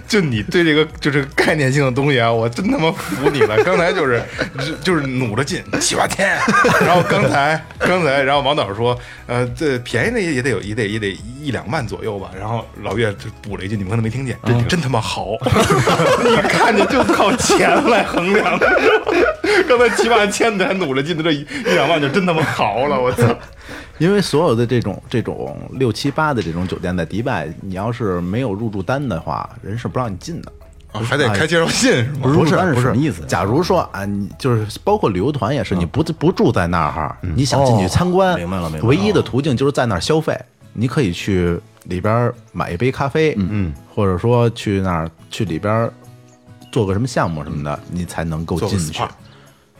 就你对这个就是概念性的东西啊，我真他妈服你了。刚才就是就就是努着劲，七八 <laughs> 天，然后刚才刚才，然后王导说，呃，这便宜的也也得有也得也得一两万左右吧。然后老岳就补了一句，你们可能没听见，真真他妈 <laughs> 豪，你看见就靠钱来衡量的。刚才七八千的还努着劲的这一一两万就真他妈豪了，我 <laughs> 操！
因为所有的这种这种六七八的这种酒店在迪拜，你要是没有入住单的话，人是不让你进的。
啊还得开介绍信是吗？
不是
不是
入单是
不是
什么意思嗯
假如说啊，你就是包括旅游团也是，你不不住在那儿，你想进去参观，
哦明白了明白了
唯一的途径就是在那儿消费，你可以去里边儿买一杯咖啡，嗯嗯，或者说去那儿去里边儿做个什么项目什么的，你才能够
做个
进去
SPA。
<laughs>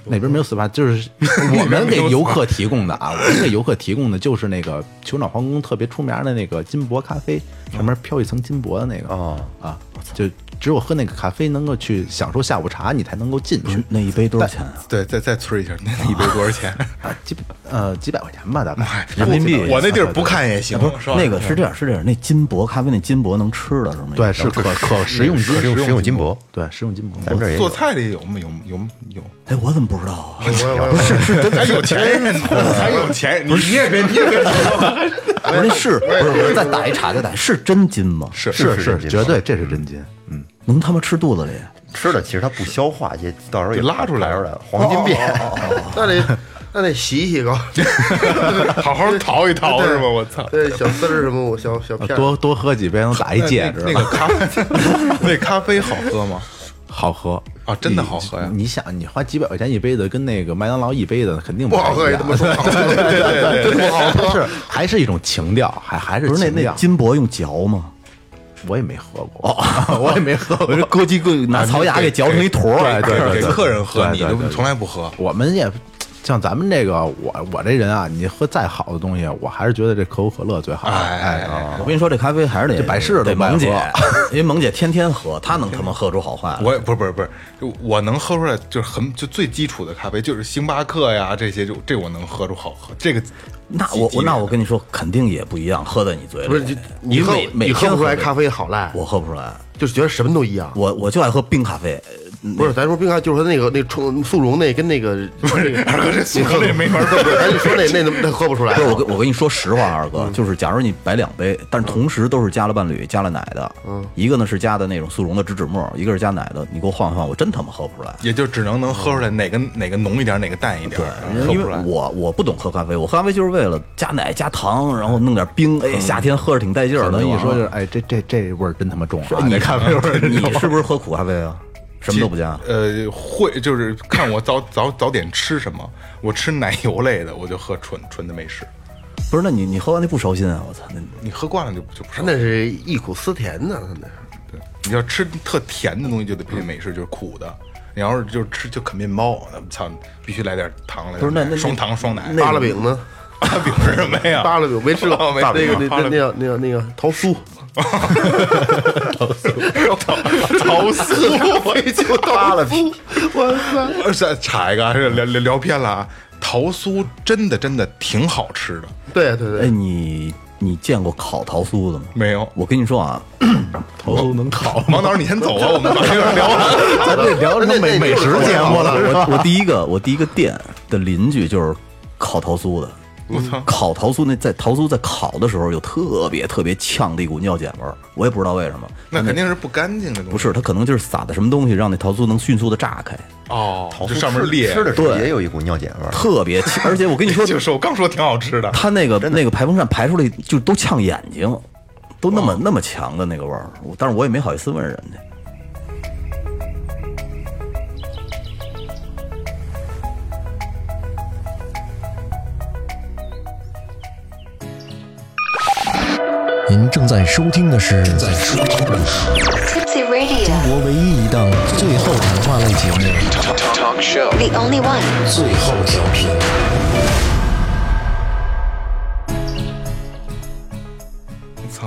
那边没有 SPA，就是
<laughs>
我们给游客提供的啊，我们给游客提供的就是那个酋长皇宫特别出名的那个金箔咖啡，上
嗯
面飘一层金箔的那个
哦
啊，就只有喝那个咖啡能够去享受下午茶，你才能够进去
那一杯多少钱 <laughs> 啊？
对，再再催一下，那一杯多少钱？
啊，几百呃几百块钱吧，大概
人民币
哎我那地儿不看也行，是吧？
那个是这样，是这样，那金箔咖啡那金箔能吃的是吗？
对，是可可食用金
食用食用金箔，
对，食用金箔，
咱这儿也
做
有。
菜里有吗？有吗有吗有吗。
哎，我怎么不知道啊？
不 <laughs> 是是真的，咱有钱人，咱有钱，你你也别你也别
我说那是不是？我再打一查，再打一，是真金吗？
是
是
是
是绝对这是真金，嗯，
能他妈吃肚子里？
吃的其实它不消化，也到时候也
得拉出来
排出来了黄
哦
金变。
<laughs> 那得那得洗一洗高，
好好淘一淘是吗？我操！
对小丝儿什么，我小小片儿，
多多喝几杯能打一戒指
那
吧
个咖，那咖啡好喝吗？
好喝
啊真的好喝呀
你你想，你花几百块钱一杯的，跟那个麦当劳一杯的肯定
不好
太
喝也
一样
他
哎
妈说好喝，对对对，不好
但
喝。
是还是一种情调，还还是
不是那
情
那
调。
金箔用嚼吗？
我也没喝过，哦 <laughs> 我也没喝
我
过
这。咯叽咯，拿槽牙给嚼成一坨儿。
对对
给
对
客人喝，
对
你
对
就
对
从来不喝。
我们也像咱们这个，我我这人啊，你喝再好的东西，我还是觉得这可口可乐最好。
哎
哎，
我跟你说，这咖啡还是得
这百事都
得
不爱
萌姐
喝，
<laughs> 因为萌姐天天喝，她能他妈喝出好坏来。
我也不是不是不是，就我能喝出来，就是很就最基础的咖啡，就是星巴克呀这些，就这我能喝出好喝。这个
那我我那我跟你说，肯定也不一样，喝在你嘴里。
不是你你
因
喝
为每
你
每
喝
天
不出来
这
咖啡好赖，
我喝不出来，
就是觉得什么都一样。
我我就爱喝冰咖啡。嗯
不是，咱说冰咖就是他那个那冲速溶那跟那个 <laughs> 不是
二哥这
你
速
喝
喝这没法
喝，咱就说 <laughs> 那那那那喝不出来
不。是我跟我跟你说实话，二哥，就是假如你摆两杯，但是同时都是加了伴侣、加了奶的，一个呢是加的那种速溶的植脂末，一个是加奶的，你给我换换，我真他妈喝不出来。
也就只能能喝出来哪个哪个浓一点，哪个淡一点，喝不
因为
出来。
我我不懂喝咖啡，我喝咖啡就是为了加奶加糖，然后弄点冰，哎，夏天喝着挺带劲儿
可
的。
能一说就是是，哎，这这这味儿真他妈重啊！
啊你
这咖啡味儿真
<laughs> 你
重，
是不是喝苦咖啡啊？什么都不加，
呃，会就是看我早早早点吃什么，我吃奶油类的，我就喝纯纯的美式。
不是？那你你喝完那不烧心啊？我操，那
你喝惯了就不就不是
他。那是忆苦思甜呢，他那是。
对，你要吃特甜的东西就得配美式，就是苦的。你要是就吃就啃面包，那操，必须来点糖来点奶。
不是那那
双糖双奶，
扒拉饼呢？
芭拉饼是什么呀？
扒拉啊饼没啊吃过，
哦没
那
吃
个
过
那
扒拉
那那
饼
叫那叫那个 <laughs> 桃酥，
桃酥，
扒拉饼， <laughs> 我操！
<laughs> 我再插一个啊，这聊聊聊偏了啊。桃酥真的真的挺好吃的，
对对
哎，
对，
你你见过烤桃酥的吗？
没有。
我跟你说啊，
头都能烤。
王导，你先走啊，我们把这个聊完。
<laughs>
咱这聊成美美食节目了，是吧
我我第一个我第一个店的邻居就是烤桃酥的，
我操，
烤桃酥那在桃酥在烤的时候有特别特别呛的一股尿碱味儿，我也不知道为什么。
那肯定是不干净的东西。
不是，它可能就是撒的什么东西，让那桃酥能迅速的炸开，
哦，
好
就上面裂。
吃的时候
对
也有一股尿碱味儿。
特别 <laughs> 呛。而且我跟你
<laughs>
说，
就是我刚说挺好吃的，
它那个那个排风扇排出来就都呛眼睛，都那么那么强的那个味儿，我但是我也没好意思问人家。
您正在收听的是正在收听的是
Tipsy Radio,
中国唯一一档最后谈话类节目《
the only one.
最后调频》。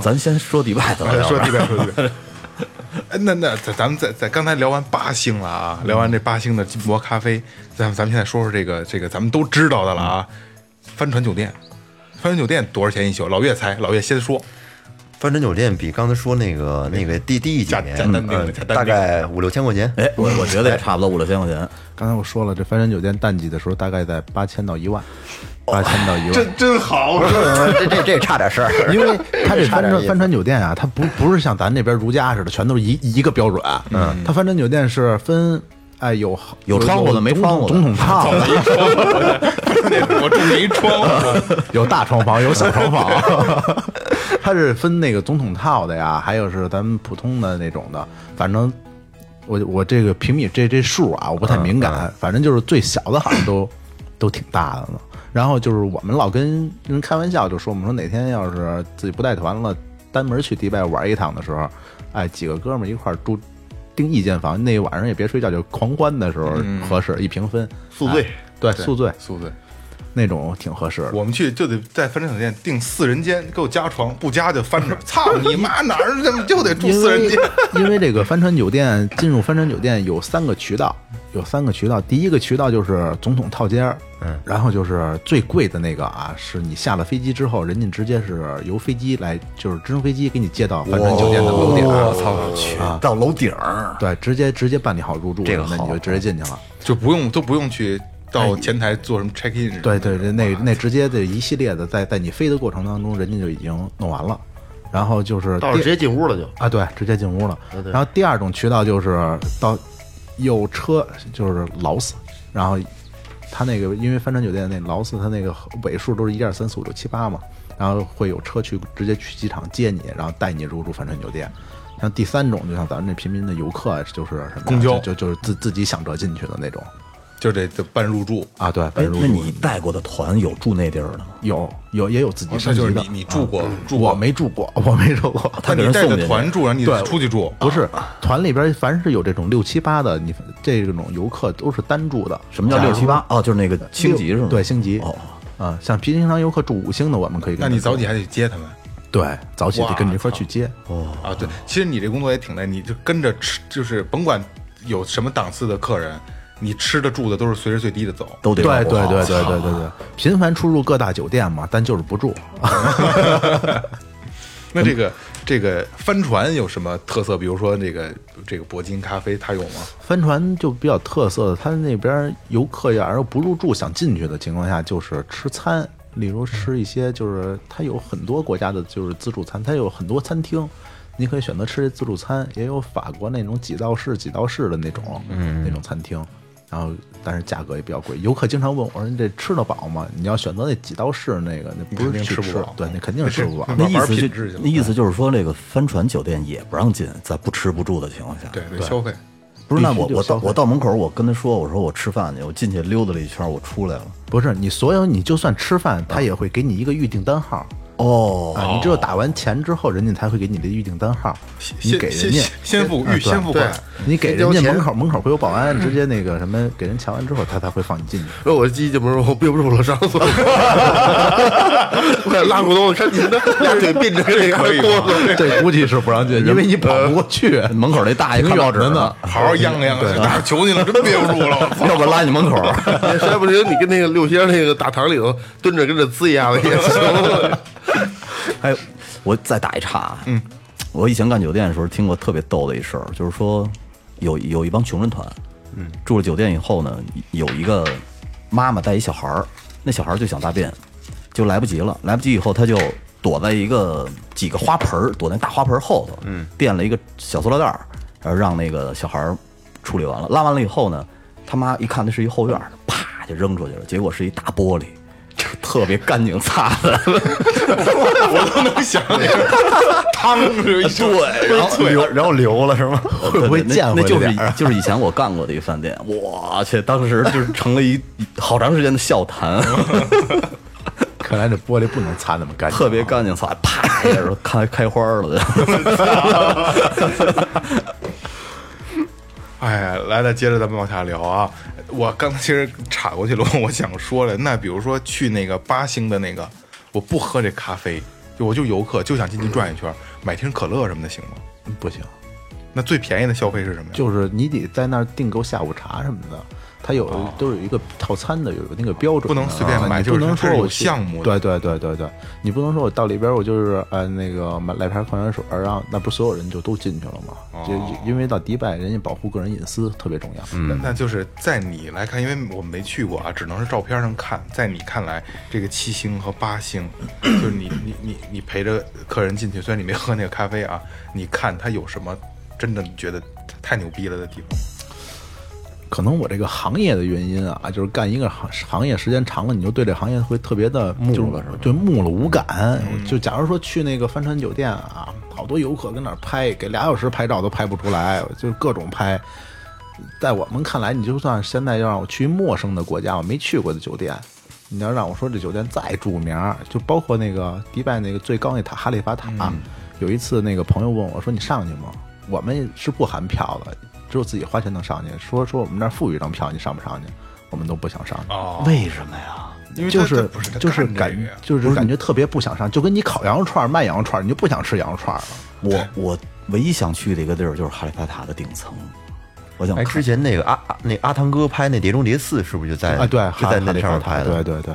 咱先说迪拜的吧，
哎
要不
说
然
地边说地
<laughs>
边。哎，那那咱咱们在在刚才聊完八星了啊，聊完这八星的金箔咖啡，咱们咱们现在说说这个这个咱们都知道的了啊，帆船酒店，帆船酒店多少钱一宿？老岳猜，老岳先说，
帆船酒店比刚才说那个那个地地一
加
几年，
加单定的
嗯
加单定
大概五六千块钱。
哎，我我觉得也差不多五六千块钱。
<laughs> 刚才我说了，这帆船酒店淡季的时候大概在八千到一万，八千到一万。
真好，
<laughs>
啊
这这这差点事儿，<laughs>
<laughs>
因为它这帆
差点意
船
思
帆船酒店啊，它不不是像咱这边如家似的，全都是一一个标准。嗯，它帆船酒店是分，哎，有
有窗户的
有
没窗户的
总统
<laughs>
套的，
<laughs> 我住没窗户，
有大床房，有小床房， <laughs> 它是分那个总统套的呀，还有是咱们普通的那种的，反正我我这个平米这这数啊，我不太敏感，反正就是最小的好像都都挺大的呢。然后就是我们老跟人开玩笑，就说我们说哪天要是自己不带团了，单门去迪拜玩一趟的时候，哎，几个哥们儿一块儿住。订一间房，那晚上也别睡觉，就狂欢的时候合适，一平分
宿醉
哎嗯对宿醉
宿醉。
那种挺合适的。
我们去就得在帆船酒店订四人间，给我加床，不加就
<laughs>
翻着。操你妈，哪儿怎么就
<laughs>
得住
因
四人
为
间？
<laughs> 因为这个帆船酒店进入帆船酒店有三个渠道，有三个渠道。第一个渠道就是总统套间儿，嗯，然后就是最贵的那个啊，是你下了飞机之后，人家直接是由飞机来，就是直升飞机给你接到帆船酒店的楼
哦
顶儿，
操，去
啊
到楼顶儿，
对，直接直接办理好入住，
这个
那你
好
就直接进去了。
就不用都不用去到前台做什么 check in。
哎对对对，那那直接的一系列的，在在你飞的过程当中，人家就已经弄完了。然后就是
到时候
第
直接进屋了就。
啊，对，直接进屋了。然后第二种渠道就是到有车，就是劳斯，然后他那个因为帆船酒店那劳斯，他那个尾数都是一二三四五六七八嘛，然后会有车去直接去机场接你，然后带你入住帆船酒店。像第三种，就像咱们这平民的游客啊，就是什么呀
公交
就就就是自自己想辙进去的那种
就得得办入住。
啊。对，
哎
反，正
那你带过的团有住那地儿的吗？
有有也有自己
这
升
哦就
级
是
的
你，你住过住
啊我
过？
没住过，我没住过。
他给
那你
人
带
送进
着
去
团住，然后你得出去住，
啊
不是团里边，凡是有这种六七八的，你这种游客都是单住的。
什么叫
假如
六七八？哦，就是那个星级是吗？
对，星级。
哦，
啊，像平常游客住五星的，我们可以跟
那
他住。
你早起还得接他们
对早起
哇
得跟你一块儿去接。
啊。对，其实你这工作也挺累，你就跟着吃，就是甭管有什么档次的客人，你吃的住的都是随时随地的走。
都得
对
照
对
顾好
对对对对对，频繁出入各大酒店嘛，但就是不住。
那这个这个帆船有什么特色？比如说这个这个铂金咖啡，它有吗？
帆船就比较特色的，它那边游客要是不入住想进去的情况下，就是吃餐，例如吃一些就是它有很多国家的就是自助餐，它有很多餐厅，你可以选择吃自助餐，也有法国那种几道式几道式的那种，嗯，那种餐厅。然后，但是价格也比较贵。游客经常问我说：“你这吃得饱吗？”你要选择那几道式那个，那不
肯
是
定
去
吃不饱
对，那肯定是吃不饱。
那
玩
意
玩
思
品
就
质去了
那意思就是说，这个帆船酒店也不让进，在不吃不住的情况下。
对，得消费。
不是，那
必须
我
就
我
消
到
费
我到门口，我跟他说，我说我吃饭去，我进去溜达了一圈，我出来了。
不是你所有，你就算吃饭，他也会给你一个预订单号。
哦，
啊，你只有打完钱之后，人家才会给你的预订单号，你
先
给人
先
家
先，先付
啊
预先付款，
你给人
交
家
钱
门口门口会有保安，直接那个什么给人瞧完之后，他才会放你进去。
说我鸡鸡不是我憋不住了，上厕所， <laughs> 我想拉裤兜子，看 <laughs> 您的大腿并着跟 <laughs> 那
可以
个
吧
锅子，
这估计是不让进，因为你跑
呃
不过去。
门口那大爷看报纸呢，
好好央量量，哪儿求你了，真憋不住了。 <laughs> 我操
要不拉你门口。
实在不行你跟那个六仙那个大堂里头蹲着跟着呲一下子也行。 <laughs>
哎，我再打一岔。嗯，我以前干酒店的时候听过特别逗的一事儿，就是说有有一帮穷人团，嗯，住了酒店以后呢，有一个妈妈带一小孩儿，那小孩儿就想大便，就来不及了，来不及以后他就躲在一个几个花盆儿，躲在大花盆儿后头，嗯，垫了一个小塑料袋儿，然后让那个小孩儿处理完了，拉完了以后呢，他妈一看那是一后院儿，啪就扔出去了，结果是一大玻璃。就特别干净 <laughs> 擦的，
我都能想起来，汤是一声
对，然后
脆
流，然后流了是吗？会
不会溅回
哦那
来
就是
点儿
就是以前我干过的一个饭店，我去，当时就是成了一好长时间的笑谈，
看来这玻璃不能擦那么干净，
特别。干净，擦，啪一下就开开花了。 <laughs>
哎，来来，接着咱们往下聊啊。我刚才其实岔过去了，我想说了，那比如说去那个八星的那个，我不喝这咖啡，就我就游客，就想进去转一圈，买瓶可乐什么的行吗？
不行，
那最便宜的消费是什么呀？
就是你得在那儿订购下午茶什么的。他它有都是有一个套餐的，有一个那个标准
哦
的，
不能随便买
啊你
就是
不能
它
说
是有
我去
项目的
对对对对对，你不能说我到里边我就是呃那个买来瓶矿泉水，然后那不是所有人就都进去了
哦
吗？就因为到迪拜，人家保护个人隐私特别重要，嗯，
那就是在你来看，因为我没去过啊，只能是照片上看。在你看来，这个七星和八星， <clears throat> 就是你你你你陪着客人进去，虽然你没喝那个咖啡啊，你看它有什么真的你觉得太牛逼了的地方？
可能我这个行业的原因啊，就是干一个行行业时间长了，你就对这行业会特别的木了，就木了无感。就假如说去那个帆船酒店啊，好多游客跟那儿拍，给俩小时拍照都拍不出来，就是各种拍。在我们看来，你就算现在要让我去陌生的国家，我没去过的酒店，你要让我说这酒店再著名儿，就包括那个迪拜那个最高那塔哈利法塔、有一次那个朋友问我说：“你上去吗？”我们是不含票的，只有自己花钱能上去。说说我们那儿赋予一张票，你上不上去？我们都不想上去。
哦，
为什么呀？
因为它
就是
它不是它
就是
干这
感
个呀
就是感觉特别不想上，就跟你烤羊肉串儿卖羊肉串儿，你就不想吃羊肉串儿了。
我我唯一想去的一个地儿就是哈利法塔的顶层，我想
哎，
看
之前那个阿阿那阿汤哥拍那《碟中谍四》是不是就在
啊，对，
哎就在那
里
上面拍的？
对对对。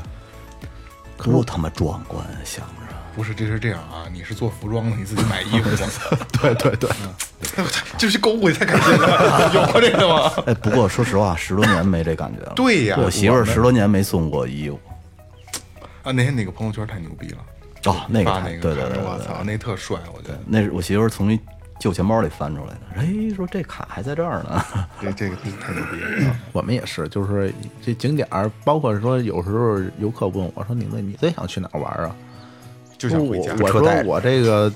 多他妈壮观啊，想着
不是，这是这样啊，你是做服装的，你嗯自己买衣服吗？
对对对，
<laughs> 就是购物也太开心了， <laughs> 有过这个吗？
哎，不过说实话，十多年没这感觉了。
对呀
我媳妇儿十多年没送过衣服。
啊，那天那个朋友圈太牛逼了，
哦，那个
发
太
那个
对对
看
对
着
对
我
对
操，那特帅，我觉得
那是我媳妇儿从一旧钱包里翻出来的。哎，说这卡还在这儿呢。
这这个太牛逼了。
我们也是，就是这景点儿，包括说有时候游客问我说：“你那你最想去哪儿玩儿啊？”
就想回家
我我
车
说我这个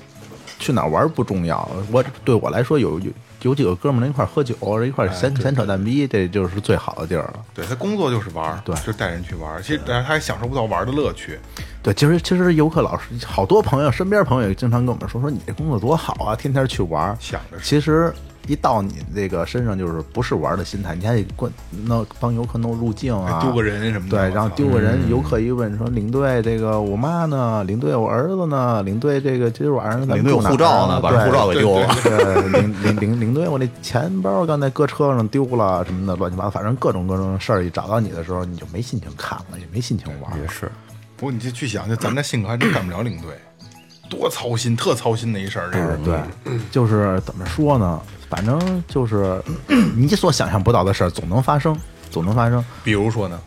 去哪儿玩儿不重要，我对我来说有有有几个哥们儿能一块儿喝酒，一块儿闲闲扯淡逼，这就是最好的地儿了。
对他工作就是玩儿，
对
就带人去玩儿。其实他还享受不到玩儿的乐趣。
对，其实其实游客老师好多朋友，身边朋友也经常跟我们说，说你这工作多好啊，天天去玩儿。
想着是
其实一到你这个身上，就是不是玩儿的心态，你还得管弄帮游客弄路径啊，
哎
丢个人什么的
对，然
我
后
操
丢个人，游客一问说领队这个我妈呢，领队我儿子呢，领队这个今儿晚上咱们
领队有
住哪儿
护照
啊
呢，把人
对
护照给丢了。
对，领领领领队，我那钱包刚才搁车上丢了什么的，乱七八糟，反正各种各种事儿一找到你的时候，你就没心情看了，也没心情玩。也是，
不过你就去想，就咱们这性格还真干不了领队，多操心，特操心的一事儿。这是
嗯对，
嗯
就是怎么说呢？反正就是你所想象不到的事儿，总能发生，总能发生。
比如说呢，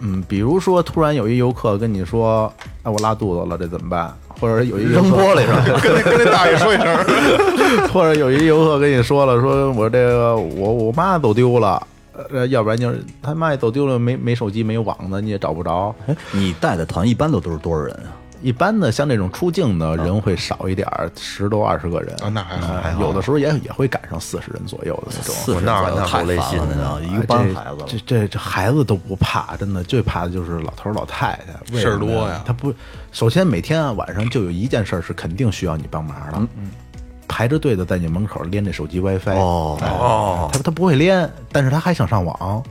嗯，比如说突然有一游客跟你说：“哎，我拉肚子了，这怎么办？”或者有一扔
玻璃
上，
跟那跟那大爷说一
<laughs>
声，
或者有一游客跟你说了，说我这个我我妈走丢了，呃，要不然就是他妈也走丢了，没没手机没有网的，你也找不着。
哎， <laughs> 你带的团一般都都是多少人啊？
一般的像这种出境的人会少一点儿，十多二十个人
嗯啊那还好
呃
还
有的时候也也会赶上四十人左右的那种。
四十
那
左右
那
太
够累
烦
心
了
的
呢，一
哎
个班
这
孩子了
这这这孩子都不怕，真的最怕的就是老头儿老太太，为
事儿
什么
多呀
他不，首先每天啊晚上就有一件事儿是肯定需要你帮忙
嗯
的，排着队的在你门口连这手机 WiFi，
哦
哎他他不会连，但是他还想上网。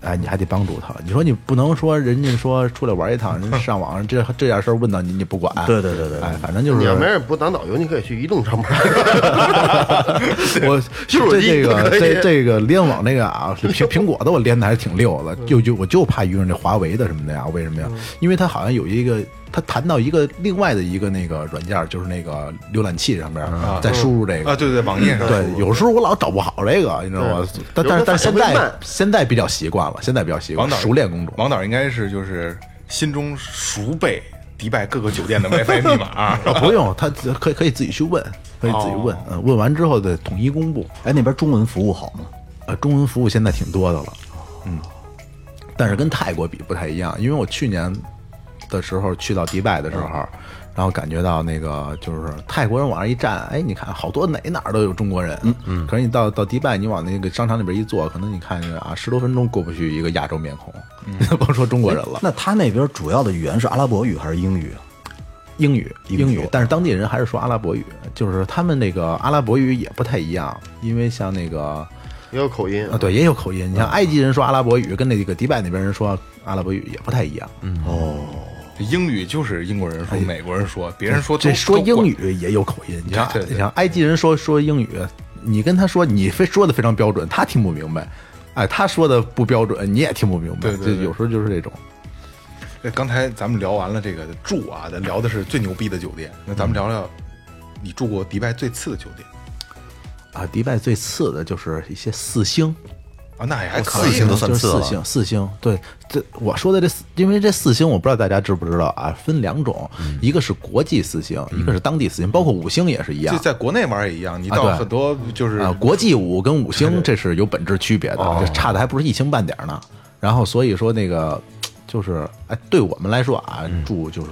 哎，你还得帮助他。你说你不能说人家说出来玩一趟，人家上网这这点事儿问到你，你不管。
对对对对对
哎，反正就是
你要没事不当导游，你可以去移动上班。
我
就是我
这
一
这个
可以
这这个联网那个啊，苹苹果的我连的还是挺溜的，就就我就怕遇上这华为的什么的呀？为什么呀？因为它好像有一个，它谈到一个另外的一个那个软件，就是那个浏览器上面再输入这个
啊，对对，网页上
对，有时候我老找不好这个，你知道吗？但但是但是现在现在比较习惯了，现在比较习惯
王，导
熟练工种。
王导应该是就是心中熟背迪拜各个酒店的 WiFi 密
<laughs>
码。
啊不用，他可以可以自己去问，可以自己问，嗯，问完之后再统一公布。
哎，那边中文服务好吗？
呃，中文服务现在挺多的了，嗯，但是跟泰国比不太一样，因为我去年的时候去到迪拜的时候，然后感觉到那个就是泰国人往上一站，哎，你看好多哪哪儿都有中国人，嗯嗯，可是你到到迪拜，你往那个商场里边一坐，可能你看见啊，十多分钟过不去一个亚洲面孔， <laughs> 甭说中国人了，
那他那边主要的语言是阿拉伯语还是英语啊？
<laughs> 英语，
英语
英语，但是当地人还是说阿拉伯语，就是他们那个阿拉伯语也不太一样，因为像那个。
也有口音
啊，，对，也有口音。你像埃及人说阿拉伯语，跟那个迪拜那边人说阿拉伯语也不太一样。嗯，
英语就是英国人说，美国人说，别人说都
哎这说
都管
英语也有口音。你像
对对对
你像埃及人说说英语，你跟他说你非说的非常标准，他听不明白。哎，他说的不标准，你也听不明白。
对对对
就有时候就是这种。
哎刚才咱们聊完了这个住啊，咱聊的是最牛逼的酒店。那咱们
嗯
聊聊你住过迪拜最次的酒店
啊，迪拜最次的就是一些四星，
啊，那也还可
四
以
星
星
都算
就是
次
四
了
星，四星。对，这我说的这四，因为这四星，我不知道大家知不知道啊，分两种，一个是国际四星，一个是当地四星，包括五星也是一样
就。在国内玩也一样，你
啊
到
对
很多就是
啊，国际五跟五星这是有本质区别的，这差的还不是一星半点儿呢。然后所以说那个就是，哎，对我们来说啊，住就是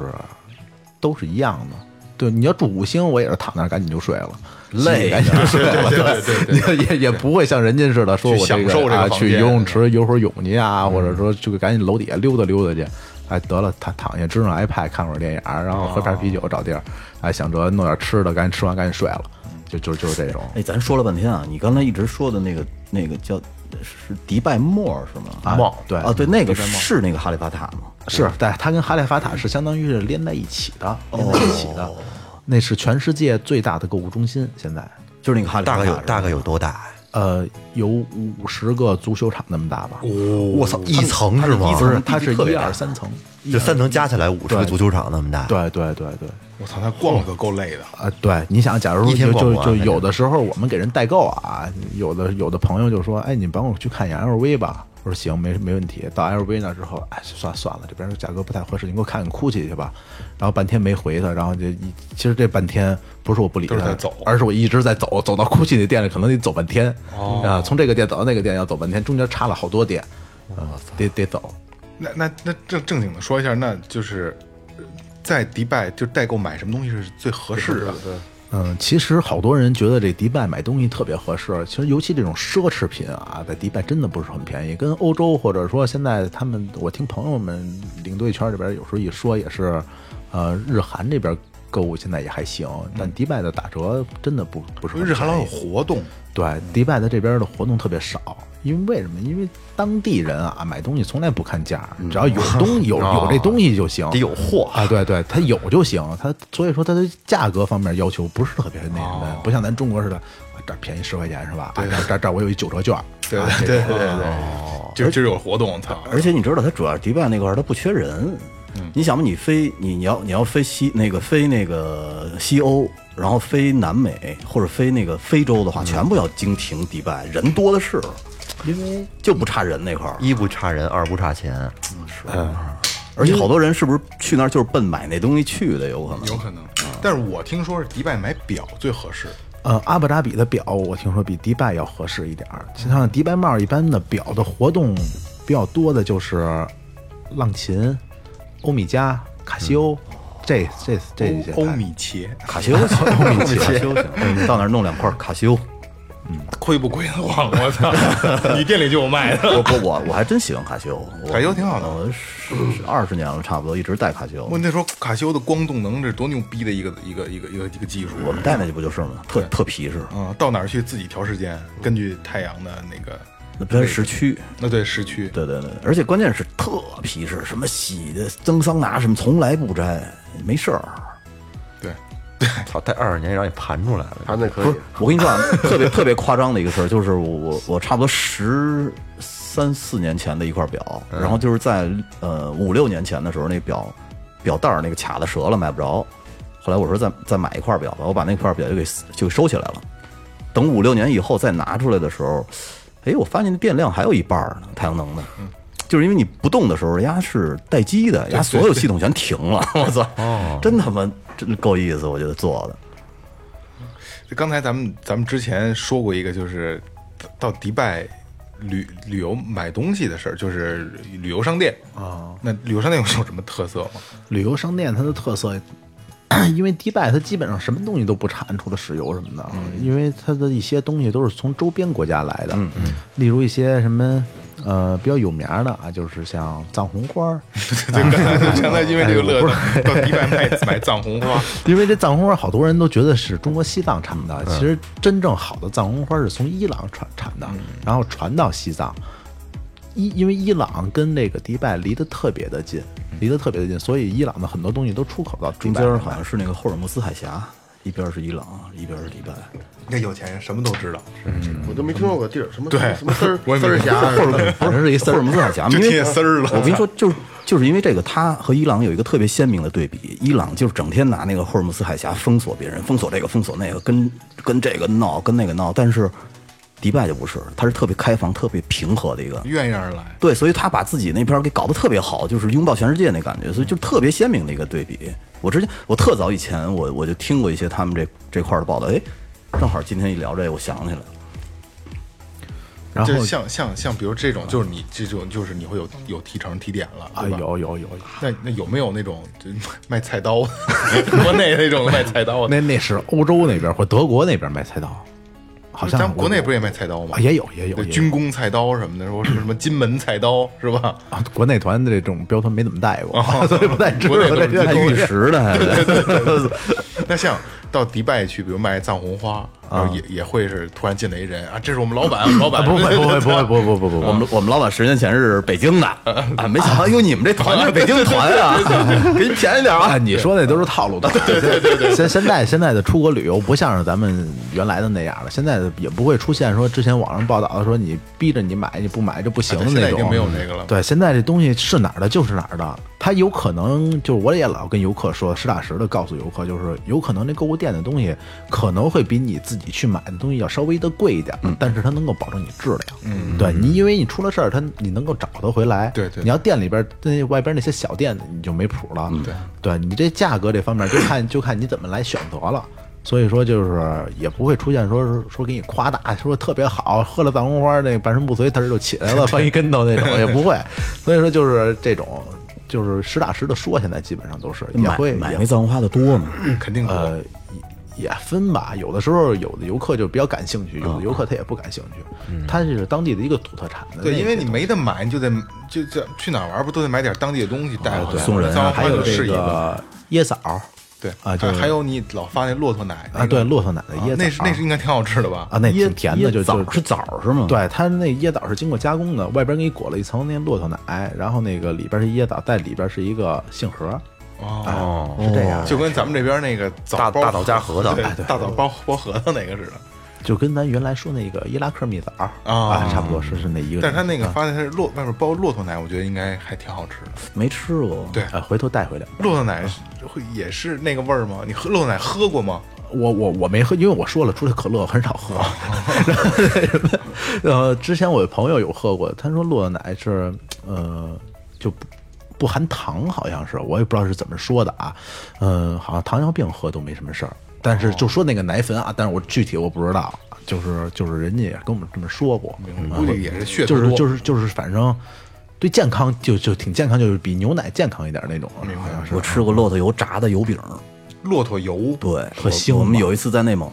都是一样的。对，你要住五星，我也是躺那儿赶紧就睡了，累，赶紧就睡了，对对对，也也不会像人家似的说
去
我这
享受这
个
个
啊
房
去
间
游泳池游会儿泳去啊，或者说去赶紧楼底下溜达溜达去。哎，得了，躺躺下，支上 iPad 看会儿电影儿，然后喝瓶啤酒，找地儿，哎，想着弄点吃的，赶紧吃完赶紧睡了，就就就是这种。
哎，咱说了半天啊，你刚才一直说的那个那个叫是迪拜莫尔是吗？啊
梦对
啊，对，那个是那个哈利法塔吗？
是，对，它跟哈利法塔是相当于是连在一起的，
哦
连在一起的。那是全世界最大的购物中心，现在
就是那个哈利法
大
塔
概
是
有
吧，
大概有多大？
呃有五十个足球场那么大吧？
我操，一层是吗？
一
不
层
是，它是
特
一
别大哎
二三层。
就三层加起来五十个足球场那么大。，
对对对对，
我操，他逛了可够累的。
啊，对，你想，假如
一天
就
逛
就
不完
就
那
有的时候我们给人代购啊，有的有的朋友就说，哎，你帮我去看一眼 LV 吧。我说行，没没问题。到 LV 那之后，哎，算算了，这边价格不太合适，你给我看看 GUCCI 去吧。然后半天没回他，然后就一其实这半天不是我不理
都是
他，
在走
而是我一直在走，走到 GUCCI 那店里可能得走半天、
哦
啊，从这个店走到那个店要走半天，中间差了好多店，啊、得得走。
那那那正正经的说一下，那就是呃在迪拜就代购买什么东西是最合适的？对，
嗯，其实好多人觉得这迪拜买东西特别合适，其实尤其这种奢侈品啊，在迪拜真的不是很便宜，跟欧洲或者说现在他们，我听朋友们领队圈里边有时候一说也是，呃，日韩这边购物现在也还行，但迪拜的打折真的不不是
嗯
很
日韩老有
便宜
活动，
啊对，迪拜的这边的活动特别少，因为为什么？因为当地人啊买东西从来不看价，只要有东有有这东西就行，
得有货
啊。对对，他有就行，他所以说他对价格方面要求不是特别那什么，不像咱中国似的，啊这儿便宜十块钱是吧？啊这儿这儿这儿我有一九折券，
对
啊
对
这哦
对
种
对对，就就有活动，操！
而且你知道，它主要是迪拜那块儿，它不缺人。
嗯
你想吧，你飞你你要你要飞西那个飞那个西欧，然后飞南美或者飞那个非
嗯
洲的话，全部要经停迪拜，人多的是，因为就不差人那块儿。
一不差人，二不差钱。
而且好多人是不是去那儿就是奔买那东西去的？有可能。
有可能，
啊
但是我听说是迪拜买表最合适，
呃，阿布扎比的表我听说比迪拜要合适一点儿。像迪拜帽一般的表的活动比较多的就是浪琴、欧米茄、卡西欧，
嗯
这这这些
欧
牌
米茄
<laughs> 卡西欧行，卡西欧行，你到那儿弄两块卡西欧。
亏不亏得慌？我操！你店里就有卖的。
我不我我还真喜欢卡西欧，我
卡西欧挺好的
我是二十年了，差不多一直戴卡西欧
<laughs> 我。那时候卡西欧的光动能，这多牛逼的一个一个一个一个一个技术。
我们戴那不就是吗？特特皮实，
嗯，到哪儿去自己调时间，根据太阳的那个，
那不是时区。
那嗯对时区。
对对对，而且关键是特皮实，什么洗的蒸桑拿什么从来不摘，没事儿。
对，
操，待二十年然后也盘出来了。
他那可
不
以
是，，我跟你说啊，特别特别夸张的一个事儿，就是我我我差不多十三四年前的一块表，然后就是在呃五六年前的时候，那表表带儿那个卡的折了，买不着。后来我说再再买一块表吧，我把那块表就给就收起来了。等五六年以后再拿出来的时候，哎，我发现那电量还有一半儿呢，太阳能的。就是因为你不动的时候，压是待机的，压所有系统全停了。 <laughs> 我操，真他妈真够意思，我觉得做的。
就刚才咱们咱们之前说过一个，就是到迪拜旅旅游买东西的事儿，就是旅游商店啊。那旅游商店有有什么特色 <laughs> 吗？
旅游商店它的特色， <coughs> 因为迪拜它基本上什么东西都不产，除了石油什么
嗯
的，因为它的一些东西都是从周边国家来的，
嗯
例如一些什么。呃，比较有名儿的啊，就是像藏红花儿， <laughs>
对，刚才刚才因为这个 <laughs> 乐子，到迪拜卖买藏红 <laughs> 花，
因为这藏红花好多人都觉得是中国西藏产的，
嗯
其实真正好的藏红花是从伊朗传产的，然后传到西藏。伊因为伊朗跟那个迪拜离得特别的近，离得特别的近，所以伊朗的很多东西都出口到迪
嗯中
拜
间
来卖。
好像是那个霍尔木兹海峡，一边是伊朗，一边是迪拜。
你看有钱人什么都知道，
我都没听说过地儿什么
对
什么丝儿
我也
丝
没
儿侠什么的，
反正是一丝儿什么斯海峡嘛，
就
因为
贴丝儿了
我跟 <laughs> 你说，就是就是因为这个，他和伊朗有一个特别鲜明的对比。伊朗就是整天拿那个霍尔木斯海峡封锁别人，封锁这个，封锁那个，跟跟这个闹，跟那个闹。但是迪拜就不是，他是特别开放、特别平和的一个。
愿意而来。
对，所以他把自己那边儿给搞得特别好，就是拥抱全世界那感觉，所以就特别鲜明的一个对比。我之前我特早以前我我就听过一些他们这这块儿的报道，哎，正好今天一聊这，我想起来了。
然后
就像像像比如这种，就是你这种就是你会有有提成提点了，
啊，
对吧？
有有有有，
那那有没有那种就卖菜刀， <laughs> 国内那种卖菜刀啊的？
<laughs> 那那是欧洲那边或德国那边卖菜刀，好像
咱们国内不是也卖菜刀吗？
啊也有也有
对
也有
军工菜刀什么的，说什么什么金门菜刀是吧？
啊，国内团的这种标团没怎么带过，所以不太知道
哦国内都
这
是
些
卖
东
玉
西。
石的，还是
那像到迪拜去，比如卖藏红花，然后也也会是突然进来一人啊，这是我们老
<laughs>
板，我们老板
啊不会不会不会不会不会
哦
不会，
我们我们老板十年前是北京的啊，没想到哟，你们这团是北京团啊，给你便宜点啊
啊，。你说那都是套路的。对对对对，现现在现在的出国旅游不像是咱们原来的那样了，现在也不会出现说之前网上报道的说你逼着你买你不买就不行的
啊现在
那
已
种。
经没有那个了
对，现在这东西是哪儿的就是哪儿的，它有可能就是我也老跟游客说，实打实的告诉游客，就是有可能这购物店的东西可能会比你自己去买的东西要稍微的贵一
嗯
点，但是它能够保证你质量。嗯，对你因为你出了事儿，它你能够找得回来。
对对
你要店里边儿那外边儿那些小店你就没谱了。嗯对，对你这价格这方面就 <coughs> 看就看你怎么来选择了。所以说就是也不会出现说是说给你夸大说特别好，喝了藏红花那半身不遂，嘚儿就起来 <laughs> 了，翻一跟头那种也不会。所以说就是这种就是实打实的说，现在基本上都是也
买
会
买
也
那藏红花的多吗？
<laughs> 肯定
呃，也也分吧。有的时候，有的游客就比较感兴趣，有的游客他也不感兴趣。它是当地的一个土特产的那些东
对，
西。
因为你没得买，你就得就就去哪儿玩，不都得买点当地的东西带回来？
送人啊
藏红花
还有
就
这
是一
个椰枣儿
对
啊就
还
是
还有你老发那骆驼奶那
啊，
个
对，骆驼奶的
啊
椰枣儿，
那是那是应该挺好吃的吧？
啊，那
椰
挺甜的，就
椰枣
就是
枣是吗？，
对，它那椰枣是经过加工的，外边给你裹了一层那骆驼奶，然后那个里边是椰枣，在里边是一个杏核，
哦，
是这样，
就跟咱们这边那个枣
大
包
大枣加核桃啊
对
哎对
大枣包包核桃那个似的。
就跟咱原来说那个伊拉克蜜枣儿啊，差不多是是那一个东西。
但是它那个
啊
发现它是骆外面包骆驼奶，我觉得应该还挺好吃的。
没吃过。
对
哎，回头带回来。
骆驼
啊
奶是会也是那个味儿吗？你喝骆驼奶喝过吗？
我我我没喝，因为我说了，除了可乐很少喝。然后那什么，
哦
<laughs> 呃，之前我的朋友有喝过，他说骆驼奶是呃就不不含糖，好像是，我也不知道是怎么说的啊。嗯、好像糖尿病喝都没什么事儿，但
哦
是就说那个奶粉啊，但是我具体我不知道，就是就是人家也跟我们这么说过，
估计也是噱头
嗯
多
就是就是就是反正对健康就就挺健康，就是比牛奶健康一点那种，好像是
我吃过骆驼油炸的油饼，
骆驼油，
对，
特香
我。我们
嘛
有一次在内蒙，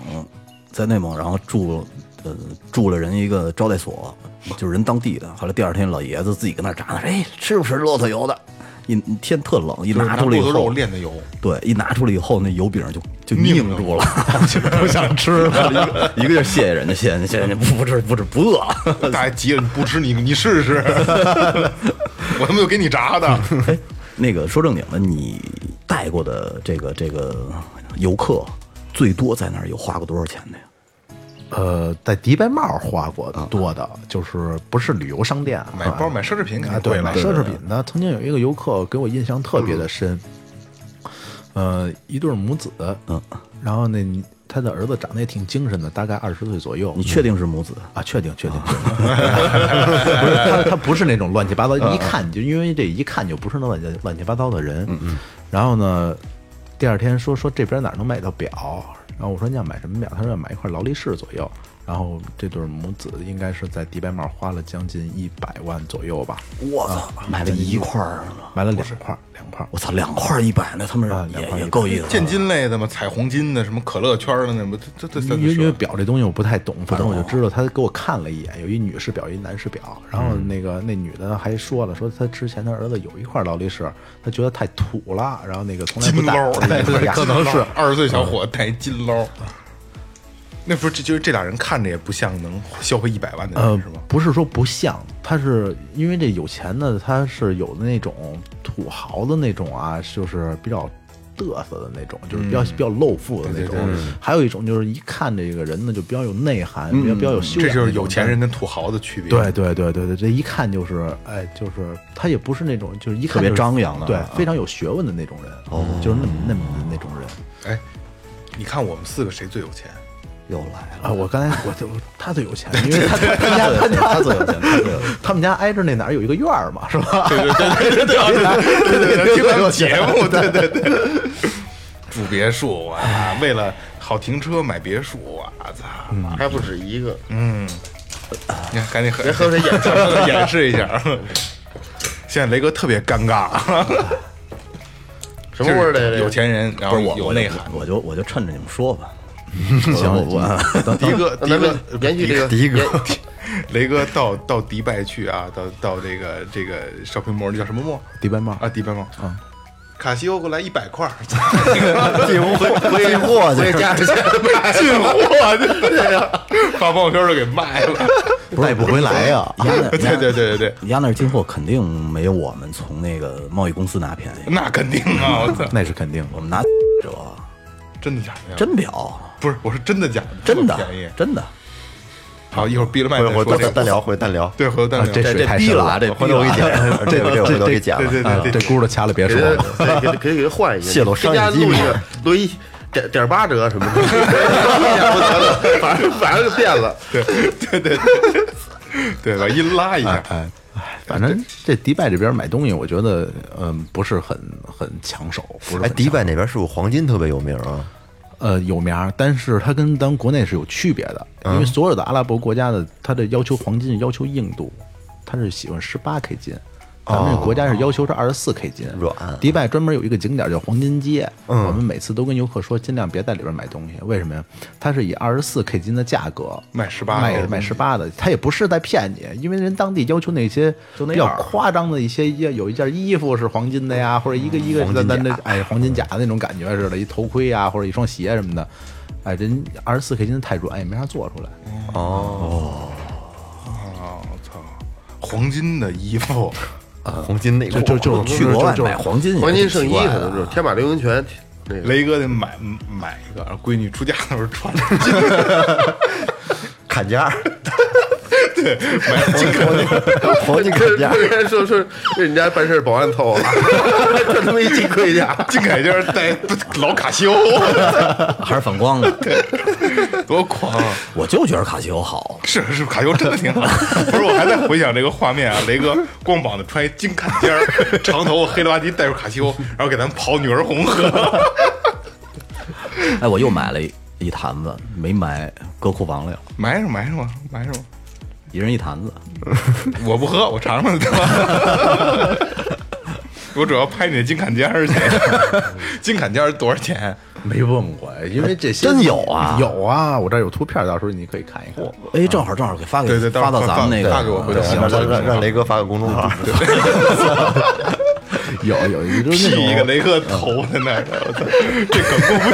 在内蒙，然后住呃住了人一个招待所，就是人当地的。后来第二天老爷子自己跟那儿炸呢，说哎，吃不吃骆驼油的？一天特冷，一
就是
拿出来以
骆驼肉
后，
炼的
<laughs>
油，
对，一拿出来以后，那油饼就就
拧啊
拧住了，
<laughs>
<laughs>
就不想吃了。 <laughs> 一个一个就是谢谢人家，谢谢人家，谢谢人家，不不吃不吃不饿。 <laughs>
大家急了，你不吃你你试
<laughs>
试，我他妈就给你炸
啊
的。
哎，那个说正经的，你带过的这个这个游客最多在那儿有花过多少钱的呀？
呃，在迪拜帽花过多的，就是不是旅游商店啊
买包买奢侈品肯
啊，
定贵
对，
了
买，奢侈品的。曾经有一个游客给我印象特别的深，呃，一对母子，
嗯，
然后那他的儿子长得也挺精神的，大概二十岁左右。
你确定是母子？
啊？确定，确定， <laughs> 确定不是他，他不是那种乱七八糟，一看就因为这一看就不是那乱七乱七八糟的人。嗯嗯。然后呢，第二天说说这边哪儿能买到表，然后我说你想买什么表，他说要买一块劳力士左右。然后这对母子应该是在迪拜帽花了将近一百万左右吧。
我操，啊买了一块儿是吗？
买了两块儿，两块儿。
我操，两块一百呢，他们
啊两
也
块
也
一
够意思。
现金类的嘛，彩虹金的，什么可乐圈的那么，这这这
因
这
为因为
这
表这东西我不太懂，反正我就知道
哦
他给我看了一眼，有一女士表，一男士表。然后
嗯
那个那女的还说了，说她之前她儿子有一块劳力士，她觉得太土了，然后那个从来不
金
戴
捞，，
对对，
可
可
能
能
是
是。
二十岁小伙戴金捞。那不是，这就是这俩人看着也不像能消费一百万的
呃
人是吗？，
不是说不像，他是因为这有钱的，他是有的那种土豪的那种啊，就是比较嘚瑟的那种，就是比
嗯
较比较露富的那种；还有一种就是一看这个人呢，就比较有内涵，比较比较有
嗯
修养
这
那种。
就是有钱人跟土豪的区别。
对对对对对，这一看就是，哎，就是他也不是那种，就是一看、
特别张扬的
对
啊，
非常有学问的那种人，哦，就是那么那么的那种人
哎，你看我们四个谁最有钱？
又来了，
啊！我刚才我就他最 <laughs> 有钱，因为他他他家
对对他最有钱，他最有钱。
他们家挨着那哪儿有一个院儿嘛，是 <laughs> 吧？
对对对对对对对，听咱们节目，对对对。住别墅啊，为了好停车买别墅，我操！
还不止一个。
你看，赶紧喝，别
喝水
演示演示一下。现在雷哥特别尴尬，
什么味
就
儿的
是
呀？
有钱人，然后
我
有内涵。
我就我就趁着你们说吧。
<laughs> 行，我
迪哥，
那
迪
咱
哥
们，延续这个
迪
延
哥，雷哥到到迪拜去啊，到到这个这个 shopping mall 叫什么 mall
迪拜帽
啊？迪拜 mall
啊。
卡西欧过来一百块儿，
进货进货去，
加上去，
进货去，把朋友圈都给卖了。
带不回来呀、 <laughs>
对 <laughs> 对对对对，
压那儿进货肯定没有我们从那个贸易公司拿便宜，
那肯定啊！我操，
那是肯定
我
的。
们拿 <laughs> 折，
真的假的呀？
真表，
不是，我是真的假的，
真
这么便
的
宜。
真的，
好，一会儿闭了麦
回
再
回
说
头
这
单
个。
聊，回头单聊。
对，回头单
啊
聊。
这水太深了，
这
回头我给你讲，这个这个回头给讲
对
了。
对对对
这轱辘掐了别
给
说
他
了。
对给他给他给他换一下，
泄露商
添加
业机
录
密
一个录一点点八折什么的， <laughs> 反正反正就变了。
对对对，对把音拉一下。
哎，反正这迪拜这边买东西，我觉得嗯不是很很抢手，不是
哎，
很
迪
抢
拜那边是不是黄金特别有名啊？
呃有名儿，但是它跟咱们国内是有区别的，因为所有的阿拉伯国家的它的要求黄金是要求硬度，它是喜欢十八 K 金。咱们这国家是要求是二十四 K 金，
软
迪拜专门有一个景点叫黄金街，我们每次都跟游客说尽量别在里边买东西，为什么呀？它是以二十四 K 金的价格
卖18
卖
的
卖十八的，他也不是在骗你，因为人当地要求那些
就那
比较
样儿
夸张的一些，要有一件衣服是黄金的呀，或者一个
嗯
一个咱咱这哎黄金甲那种感觉似的，一头盔呀，或者一双鞋什么的，哎，人二十四 K 金太软也没法做出来，
哦，我操，黄金的衣服，
黄金内裤
就就就是
去国外买黄金也挺奇怪的，
黄金圣衣可能
<laughs>
就是天马流星拳
<laughs>
那个。
雷哥得买买一个，闺女出嫁的时候穿。 <laughs>
砍价，对，买黄金黄金砍
<laughs>
价。
说说这你家办事儿保安啊凑 <laughs> 了，这他妈一进盔甲，
金凯今儿戴老卡西欧，
还是反光的。
<laughs> 多狂啊！
我就觉得卡西欧好，
是是，卡西欧真的挺好。 <laughs> 不是，我还在回想这个画面啊，雷哥光膀子穿一金坎肩儿， <laughs> 长头发黑了吧唧戴着卡西欧，然后给咱们刨女儿红 <laughs> 河。
哎，我又买了一一坛子，没埋，搁库房里了，
埋上埋上吧，埋上吧。
一人一坛子。
我不喝，我尝尝去。 <laughs> 我主要拍你的金坎肩儿 <laughs> 去，金坎肩儿多少钱？
没问过，因为这些
真有啊
有啊，我这儿有图片，到时候你可以看一看。
哎，正好正好给发给
对对到时
发
候
到咱们那个，
发发给我回头
让让让让雷哥发个公众号，
有有，也就是那
剃一个
种
雷克头在那儿，我操，这梗过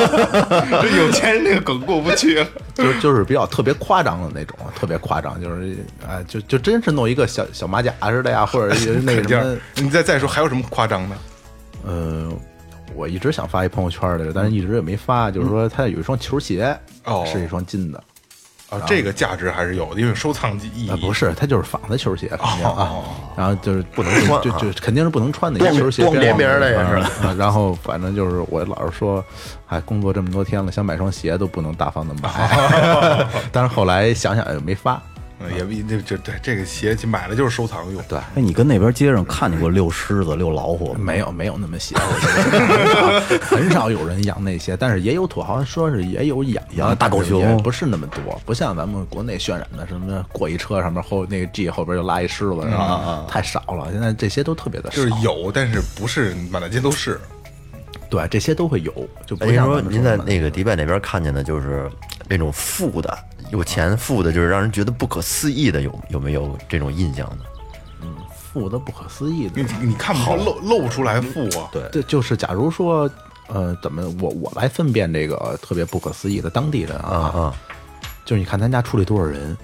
不去
<laughs>
了，这有钱人这个梗过不去了。啊
就是就是比较特别夸张的那种，特别夸张，就是啊，就就真是弄一个小小马甲似的呀，或 <laughs> 者是
坎
那个什
肩
么
儿，，你再再说还有什么夸张的？
呃，我一直想发一朋友圈来着，但是一直也没发，就是说他有一双球鞋，
嗯
哦
是一双金的，
啊，这个价值还是有的，因为有收藏意义。
啊，不是，它就是仿的球鞋，
哦
肯定啊，然后就是不能
穿
就
啊
就肯定是不能穿的，一个球鞋
光
边
光边儿的也是
啊啊然后反正就是我老是说，哎，工作这么多天了，想买双鞋都不能大方的
<laughs>
买， <laughs> 但是后来想想也没发，
嗯，也不这这对这个鞋买了就是收藏用。对，
哎，你跟那边街上看见过遛狮子、遛老虎吗？
没有没有那么邪乎，啊很少有人养那些，但是也有土豪说是也有养
养大狗熊
也不是那么多，不像咱们国内渲染的什么过一车上面后那个 G 后边就拉一狮子，是吧？太少了，现在这些都特别的少，
就是有，但是不是满大街都是。
对这些都会有，就不
您
像咱
哎说
们
您在
的
那个迪拜那边看见的就是那种富的、有钱富的，就是让人觉得不可思议的，有有没有这种印象呢？
富的不可思议的
你，你看不出露露出来富啊？对，
对，就是假如说，呃，怎么我我来分辨这个特别不可思议的当地人啊，
啊
就是你看咱家出来多少人，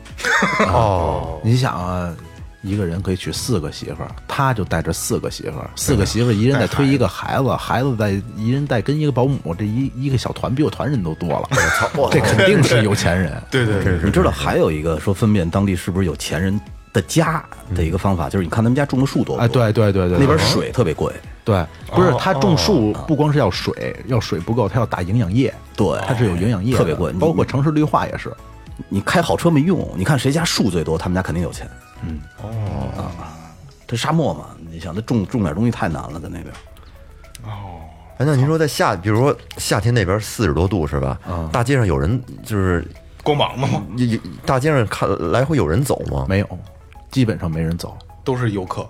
哦，
你想啊，一个人可以娶四个媳妇儿，他就带着四个媳妇儿，四个媳妇儿一人再推一个孩子，孩子再一人再跟一个保姆，这一一个小团比我团人都多了，这肯定是有钱人。
对对对，
你知道还有一个说分辨当地是不是有钱人的家的一个方法，就是你看他们家种的树多不多
哎，对对对对，
那边
对
水特别贵，哦
对，不是他种树不光是要水，要水不够，他要打营养液，
对
他是有营养液的，
特别贵你
包括城市绿化也是。
你开好车没用。你看谁家树最多，他们家肯定有钱。嗯，哦，啊，这沙漠嘛，你想他种种点东西太难了，在那边。
哎，那您说在夏，比如说夏天那边四十多度是吧？啊大街上有人就是
光膀子
嗯
嘛，
有有大街上看来回有人走吗？
没有，基本上没人走，
都是游客。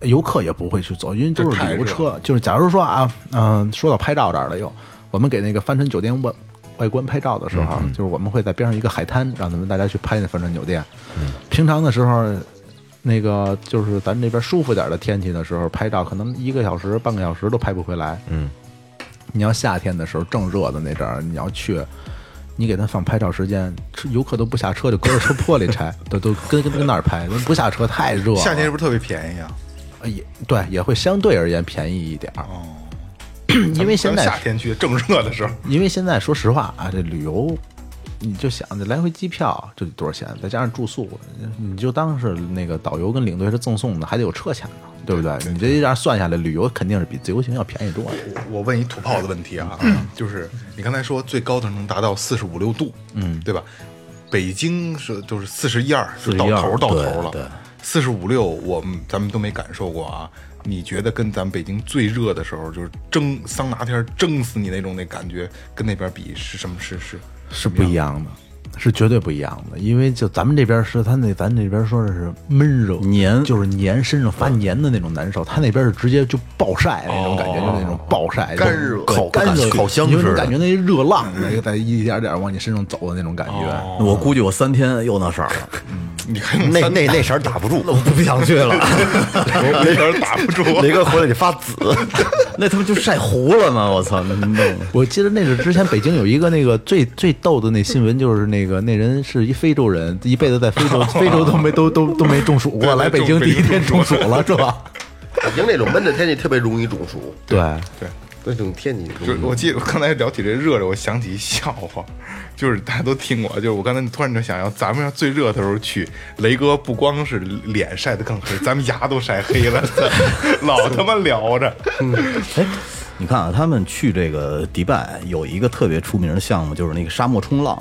游客也不会去走，因为都
这
是
太
旅游
热
车。就是假如说啊，嗯、说到拍照这儿了又，我们给那个帆船酒店外外观拍照的时候
嗯
啊，就是我们会在边上一个海滩，让他们大家去拍那帆船酒店。
嗯
平常的时候。那个就是咱这边舒服点儿的天气的时候拍照，可能一个小时、半个小时都拍不回来。嗯，你要夏天的时候正热的那阵儿，你要去，你给他放拍照时间，车游客都不下车，就搁着车玻璃拆，都都跟跟跟那儿拍，不下车太热了。
夏天是不是特别便宜啊？
呃也对，也会相对而言便宜一点儿。哦， <clears throat> 因为现
咱们夏
在，
天去正热的时候，
因为现在说实话啊，这旅游，你就想这来回机票这得多少钱，再加上住宿，你就当是那个导游跟领队是赠送的，还得有车钱呢，对不对？你这一样算下来，旅游肯定是比自由行要便宜多了。
我问一土炮的问题啊，就是你刚才说最高的能达到四十五六度，嗯，对吧？北京是就是四十一二，就到头
42
到头了。
对对
四十五六我们咱们都没感受过啊。你觉得跟咱们北京最热的时候，就是蒸桑拿天蒸死你那种那感觉，跟那边比是什么？是是
是不一样的，是绝对不一样的。因为就咱们这边是他那咱这边说的是闷热
黏
就是黏身上发黏的那种难受，他那边是直接就暴晒那种感觉，就那种暴晒
干热
烤干热
烤香
你就
似
能
的
感觉那热浪那个在一点点往你身上走的那种感觉。
我估计我三天又那色儿
<laughs>
了，
你看
<laughs> 那那那色儿打不住，
我不想去
<laughs>
了。
那边打不住。
雷哥回来得发紫。
那他妈就晒糊了吗？我操，那弄的
我记得那是之前北京有一个那个最最逗的那新闻，就是那个那人是一非洲人，一辈子在非洲非洲都没都都都没中暑
对
过，来
中
北京
北
第一
京
天中暑了是吧？
北京那种闷的天气特别容易中暑，
对，
对。
那种天气容易
就
中
是
暑
我记得我刚才聊起这热热，我想起一笑话，就是大家都听过，就是我刚才突然就想要，咱们要最热的时候去，雷哥不光是脸晒得更黑，咱们牙都晒黑了， <laughs> 老他妈聊着，
哎，你看啊，他们去这个迪拜有一个特别出名的项目，就是那个沙漠冲浪，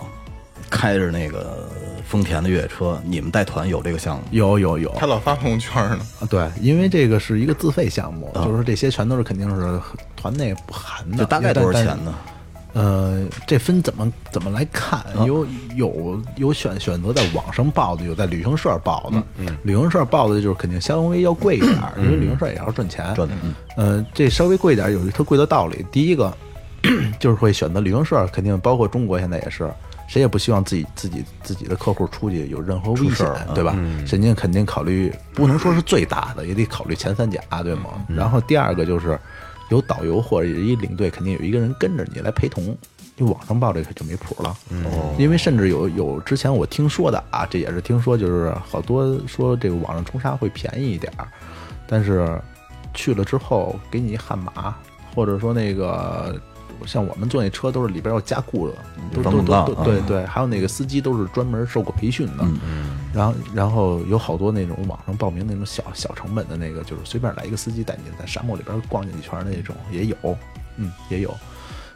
开着那个丰田的越野车。你们带团有这个项目？
有有有，
他老发朋友圈呢。
啊，对，因为这个是一个自费项目，就是说这些全都是肯定是团内不含
嗯
的。
这大概
因为但
多少钱？
但
呢？
呃，这分怎么怎么来看？
嗯
有有有选选择在网上报的，有在旅行社报
嗯
的。旅行社报的就是肯定稍微要贵一点儿，因为旅行社也要赚钱。
赚的嗯
呃，这稍微贵一点儿有一特贵的道理。第一个 <clears throat> 就是会选择旅行社，肯定包括中国现在也是。谁也不希望自己自己自己的客户出去有任何危险，对吧？人家肯定考虑，不能说是最大的，也得考虑前三甲，对吗？然后第二个就是，有导游或者一领队，肯定有一个人跟着你来陪同。就网上报这个就没谱了，因为甚至有有之前我听说的啊，这也是听说，就是好多说这个网上冲沙会便宜一点儿，但是去了之后给你一悍马，或者说那个像我们坐那车都是里边要加固的，都
防
都
冻
都
杠
都
啊
对对，还有那个司机都是专门受过培训的，
嗯
然后然后有好多那种网上报名那种小小成本的那个，就是随便来一个司机带你在沙漠里边逛几圈的那种也有，嗯也有。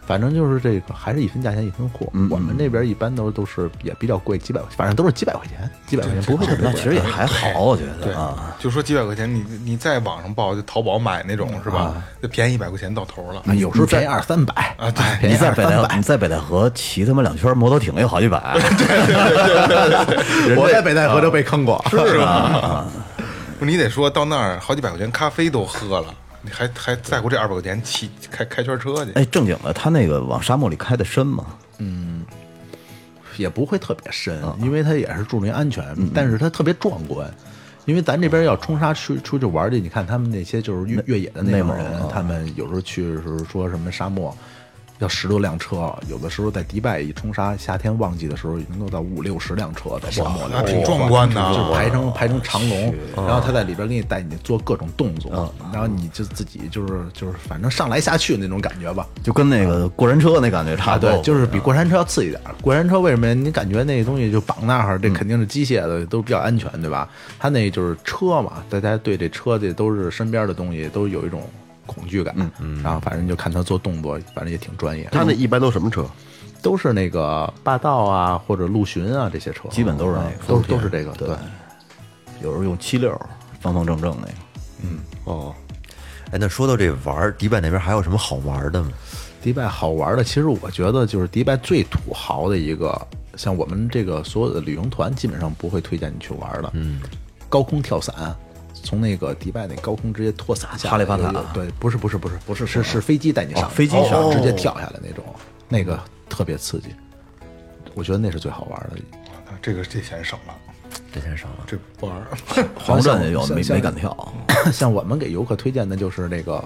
反正就是这个，还是一分价钱一分货。
嗯
我们这边一般都都是也比较贵，几百，反正都是几百块钱，几百块钱不会特别
那
贵。
其实也还好，我觉得
对
啊。，
就说几百块钱，你你在网上报，就淘宝买那种是吧？就便宜一百块钱到头了。
啊有时候便宜二三百
啊对
便宜
你在
二
北
三
戴
<laughs> 百
你。在北戴河骑他妈两圈摩托艇也好几
<laughs>
百，啊 <laughs>
我在北戴河就被坑过，
是吧？不，你得说到那儿好几百块钱咖啡都喝了，你还还在乎这二百块钱骑开开圈车去？
哎，正经的，他那个往沙漠里开的深吗？
也不会特别深，因为它也是注重安全，但是它特别壮观。因为咱这边要冲沙去出去玩去，你看他们那些就是越越野的那
内
种
蒙
人
啊，
他们有时候去的时候说什么沙漠，要十多辆车，有的时候在迪拜一冲沙，夏天旺季的时候能够到五六十辆车在沙漠里，
那挺壮观的啊
就是排成排成长龙，然后他在里边给你带你做各种动作，然后你就自己就是就是反正上来下去那种感觉吧。
就跟那个过山车那感觉差
啊，
不多。
对，就是比过山车要刺激点儿。过山车为什么你感觉那东西就绑那儿，这
嗯
肯定是机械的，都比较安全，对吧？它那就是车嘛，大家对这车这都是身边的东西，都有一种恐惧感。嗯，然后反正就看他做动作，反正也挺专业。
他那一般都什么车？
都是那个霸道啊，或者陆巡啊这些车，
基本都是那个
啊都是都是这个，对。
有时候用七六，方方正正那个。
哦，哎，那说到这玩儿，迪拜那边还有什么好玩的吗？
迪拜好玩的，其实我觉得就是迪拜最土豪的一个，像我们这个所有的旅行团基本上不会推荐你去玩的。嗯，高空跳伞，从那个迪拜那高空直接拖伞下来，
哈利法塔
有有对，不是不是不是不是是是飞机带你上，
哦飞机上
直接跳下来那种，那个特别刺激，我觉得那是最好玩的。
那啊这个这钱省了，
这啊钱省了，
这不玩儿。
黄镇也有，
像
没
像
没敢跳。啊
<coughs> 像我们给游客推荐的就是那个，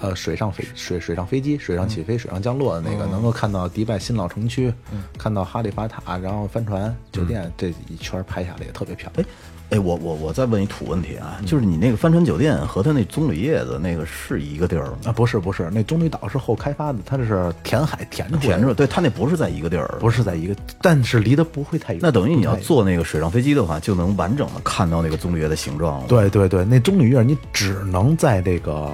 呃，水上飞水水上飞机、水上
嗯
起飞、水上降落的那个，能够看到迪拜新老城区，看到哈利法塔，然后帆船、酒店
嗯
这一圈拍下来也特别漂亮。
哎，我我我再问一土问题啊，就是你那个帆船酒店和他那棕榈叶子那个是一个地儿吗？
啊，不是不是，那棕榈岛是后开发的，它这是填海填出来
填
的，
着，对他那不是在一个地儿，
不是在一个，但是离得不会太远。
那等于你要
不太远
坐那个水上飞机的话，就能完整的看到那个棕榈叶的形状了。，
对对对，那棕榈叶你只能在这个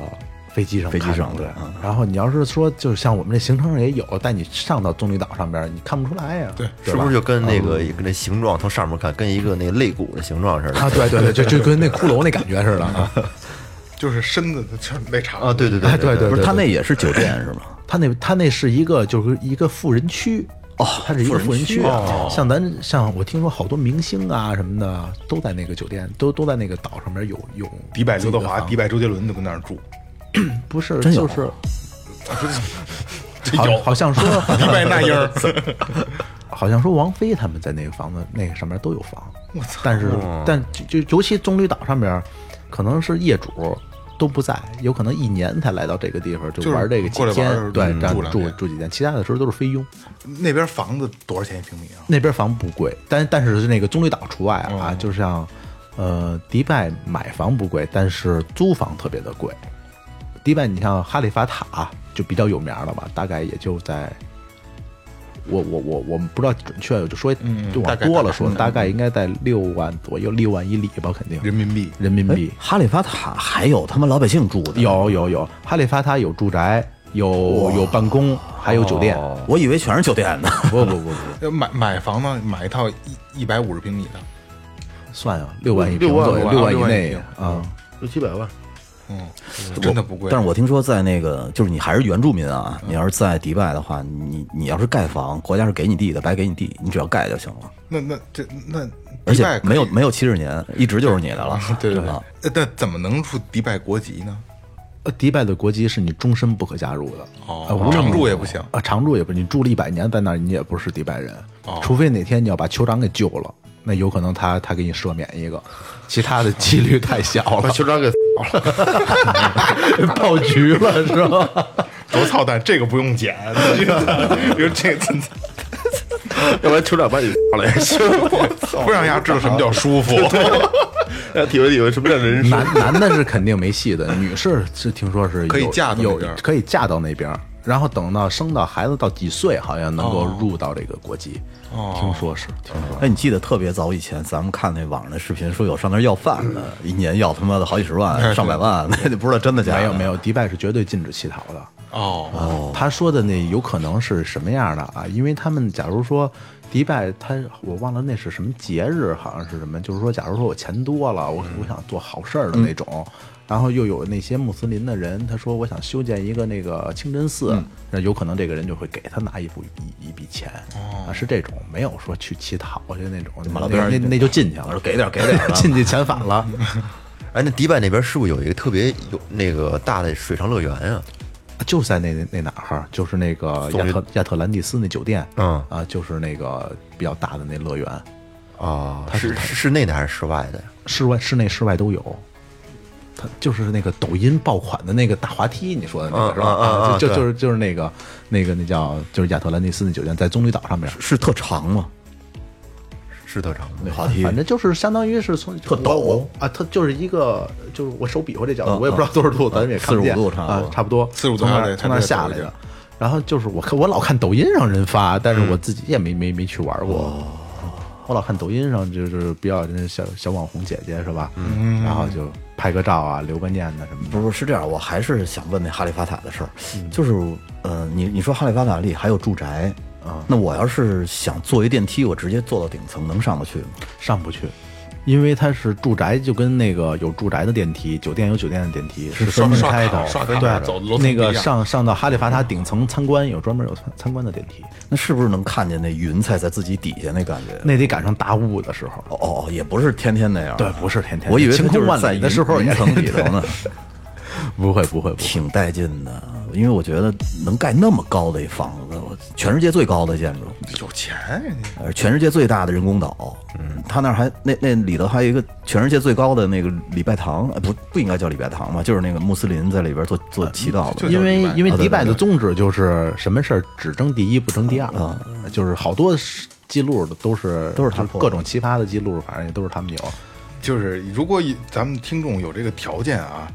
飞机上
飞机
看
上
到
对
对
嗯。
然后你要是说，就是像我们这行程上也有，带你上到棕榈岛上边儿，你看不出来呀。对，
是不是就跟那个跟那形状从上面看，跟一个那个肋骨的形状似的？
啊，对对对，就就跟那骷髅那感觉似的啊。
就是身子全没长
啊，对对对
哎对对
不是
对
他那也是酒店是吗？
他那他那是一个就是一个富人区哦，它是一个富人区。啊像咱像我听说好多明星啊什么的都在那个酒店，都都在那个岛上边有有
迪拜刘德华、
自己
迪
的房
拜周杰伦都跟那儿住，
不是
真有啊
就是
这
好
有
好像说
迪拜那英儿，
好像说王菲他们在那个房子那个上面都有房，我操！但是但就就尤其棕榈岛上边，可能是业主都不在，有可能一年才来到这个地方，
就是
玩这个
过
几
来玩
天
儿，
对，
嗯
然
住
后
两
住
天
住几天，其他的时候都是菲佣。
<laughs> 那边房子多少钱一平米啊？
那边房不贵，但但是那个棕榈岛除外
哦
啊，就像呃，迪拜买房不贵，但是租房特别的贵。迪拜，你像哈利法塔就比较有名了吧，大概也就在，我我我我们不知道准确，我就说
嗯
就
大
往
概
多
大
了
概
说，大概应该在六万左右，六万一里吧，肯定
人民币
人民币。
哈利法塔还有他们老百姓住的，
有有有，哈利法塔有住宅，有有办公，还有酒店。
哦
我以为全是酒店呢。
不不不不，
要买买房呢，买一套一一百五十平米的，
算啊，六万一平
六万
左右，
六万
万以
六万一
内
平
啊。
六七百万，
嗯，真的不贵。
但是我听说在那个，就是你还是原住民啊，
嗯
你要是在迪拜的话，你你要是盖房，国家是给你地的，白给你地，你只要盖就行了，
那那这那
而
迪拜
且
可以，
没有没有七十年，一直就是你的了
<laughs>
啊
对对
吧？
对，那怎么能出迪拜国籍呢？
呃，迪拜的国籍是你终身不可加入的，呃无论
哦常住
你
啊也不行
啊，常住也不，你住了一百年在那儿，你也不是迪拜人，
哦
除非哪天你要把酋长给救了，那有可能他他给你赦免一个，其他的几率太小
把
<laughs>
了，
酋长给
爆局了是吧？
<laughs> 多操蛋，这个不用剪， <laughs> 这个这个
要不然酋长把你打了也行，
不让大家知道什么叫舒服。
让体会体会什么叫人生。
男男的是肯定没戏的，女士是听说是有
可以嫁到那
有
边儿
可以嫁到那边儿，然后等到生到孩子到几岁，好像能够入到这个国籍，
哦
听说是听说。
哎，你记得特别早以前，咱们看那网上的视频，说有上那儿要饭的，一年要他妈的好几十万、上百万，那就不知道真的假的。
没有没有，迪拜是绝对禁止乞讨的。
<laughs> 哦，
哦，他说的那有可能是什么样的啊？因为他们假如说迪拜，他我忘了那是什么节日，好像是什么，就是说，假如说我钱多了，
嗯
我我想做好事儿的那种，然后又有那些穆斯林的人，他说我想修建一个那个清真寺，
嗯
那有可能这个人就会给他拿一部一一笔钱、啊，是这种，没有说去乞讨去那种，
哦马路边
那
儿
那那就进去了，
给点儿给点儿
<laughs> 进去遣返了。
哎，那迪拜那边是不是有一个特别有那个大的水上乐园啊？
就在那那哪儿，就是那个亚特亚特兰蒂斯那酒店，
嗯
啊，就是那个比较大的那乐园，
啊，是是室内的还是室外的呀？
室外、室内、室外都有。它就是那个抖音爆款的那个大滑梯，你说的那个是吧？啊
嗯嗯嗯嗯
就就
对
就是就是那个那个那叫就是亚特兰蒂斯那酒店在棕榈岛上面，
是特长吗？
是特长吗？
那滑梯
反正就是相当于是从特
陡
啊，它就是一个就是我手比划这角
嗯
度，我也不知道多少度，咱们也看不见
45度差不多
啊，差不多
45度
从那
对
儿从那儿
它这
下
个
来
陡一
的
点。
然后就是我看我老看抖音上人发，但是
嗯
我自己也没没没去玩过。
哦
我老看抖音上就是比较那小小网红姐姐是吧？嗯，然后就拍个照啊，留个念呐什么的。
不是是这样，我还是想问那哈利法塔的事儿，就是呃，你你说哈利法塔里还有住宅啊，那我要是想坐一电梯，我直接坐到顶层，能上得去吗？
上不去，因为它是住宅，就跟那个有住宅的电梯，酒店有酒店的电梯，是分分
刷
开
卡
的。
刷卡
对，
走楼层
那
不
个
一样
上上到哈利法塔顶层参观有专门有参参观的电梯，
那是不是能看见那云彩在自己底下那感觉？
那得赶上大雾的时候。
哦哦，哦也不是天天那样，
对，不是天天。
我以为它
晴
就
空
是
万
在
里的时候
云
也
云层里头呢，
<laughs> 不会不会不会。
挺带劲的。因为我觉得能盖那么高的一房子，我全世界最高的建筑，
有钱人家
呃，全世界最大的人工岛，嗯，他那儿还那那里头还有一个全世界最高的那个礼拜堂，呃、不不应该叫礼拜堂吧，就是那个穆斯林在里边做
呃
做祈祷的，
就 <laughs>
因为因为
啊对
迪拜
对嗯
的宗旨就是什么事儿只争第一不争第二啊，就是好多记录的都是
都是他
就
破的
各种奇葩的记录，反正也都是他们有。
就是如果以咱们听众有这个条件啊，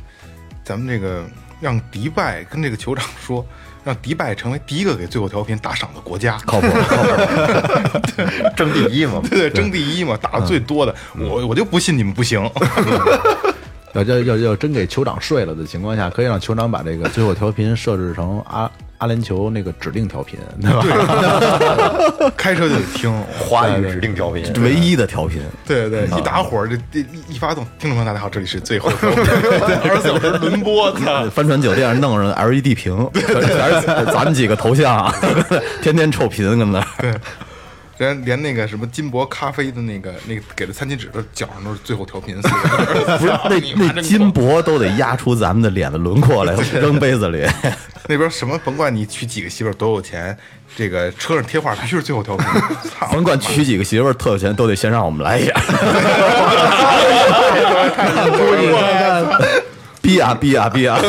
咱们这个让迪拜跟这个酋长说，让迪拜成为第一个给最后调频打赏的国家，
靠谱靠谱。
<laughs>
争第一嘛，
对对，争第一嘛，打的最多的，我我就不信你们不行。
要要要要真给酋长睡了的情况下，可以让酋长把这个最后调频设置成阿阿联酋那个指定调频，对吧？
<laughs> 开车就得听，
华语指定调频，
唯一的
<laughs>
调频，
对对，一打火这这一一发动，听众朋友大家好，这里是最后调频，二十四小时轮播，
啊
操，
帆船酒店弄上 LED
<laughs>
屏，全是咱们几个头像啊， <laughs> 天天臭贫跟那儿。
人 <laughs> 家连那个什么金箔咖啡的那个那个给的餐巾纸的角上都是最后调频四个字儿，
不是那
你妈
那
真
金
狂
箔都得压出咱们的脸的轮廓来，扔杯子里。
那边什么甭管你娶几个媳妇儿多有钱，这个车上贴画必须是最后调频，操，
<laughs> 甭管娶几个媳妇儿特有钱，都得先让我们来一下。 <laughs> 逼啊逼啊逼啊！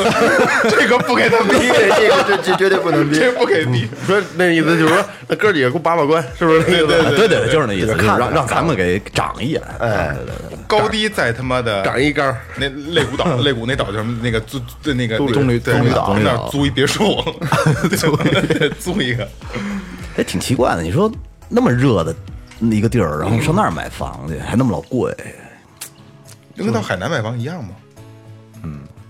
这个不给他逼，
这个这这绝对不能
这不给逼，
说那意思就是说，那哥儿几个给我把把关，是不是那意思？
<laughs> 对对，就是那意思，就是
看着
让让咱们给长一眼。哎，对对对
高低在他妈的
长一杆儿，
那肋骨岛，肋骨那岛叫什么？那个租对那个
棕榈
对
棕榈
那
岛棕榈
那
岛
儿租一别墅，对租一个。
哎，挺奇怪的。你说那么热的一个地儿，然后上那儿买房去，还那么老贵。
就跟到海南买房一样吗？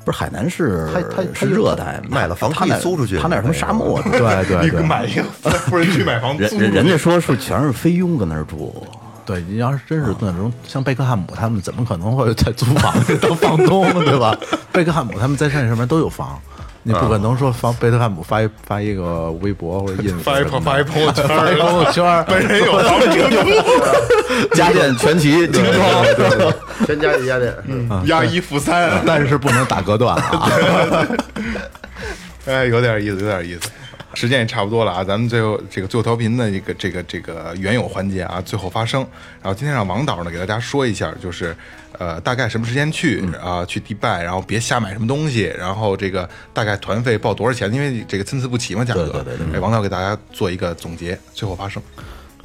不是海南是
它它它
是热带嘛，
买了房
他
可以
那
租出去
他那儿什么沙漠？对
对
<laughs> 你
对
买一个富人区买房，
人
租
人人家说是全是菲佣跟那儿住，
对，你要是真是那种像贝克汉姆他们，怎么可能会在租房子当房东，对吧？贝克汉姆他们在山上面都有房，你不可能说房贝克汉姆发一发一个微博或者印
发一朋发一朋友圈，
发一朋友圈，
本人有房住，
家电
<laughs>
全齐，精装。
全家一家店，嗯
押一付三，
但是不能打隔断啊。
哎，有点意思，有点意思。时间也差不多了啊，咱们最后这个最后调频的这个这个这个原有环节啊，最后发声。然后今天让王导呢给大家说一下，就是呃大概什么时间去啊、去迪拜，然后别瞎买什么东西，然后这个大概团费报多少钱，因为这个参差不齐嘛价格。
对对对
哎，王导给大家做一个总结，最后发声。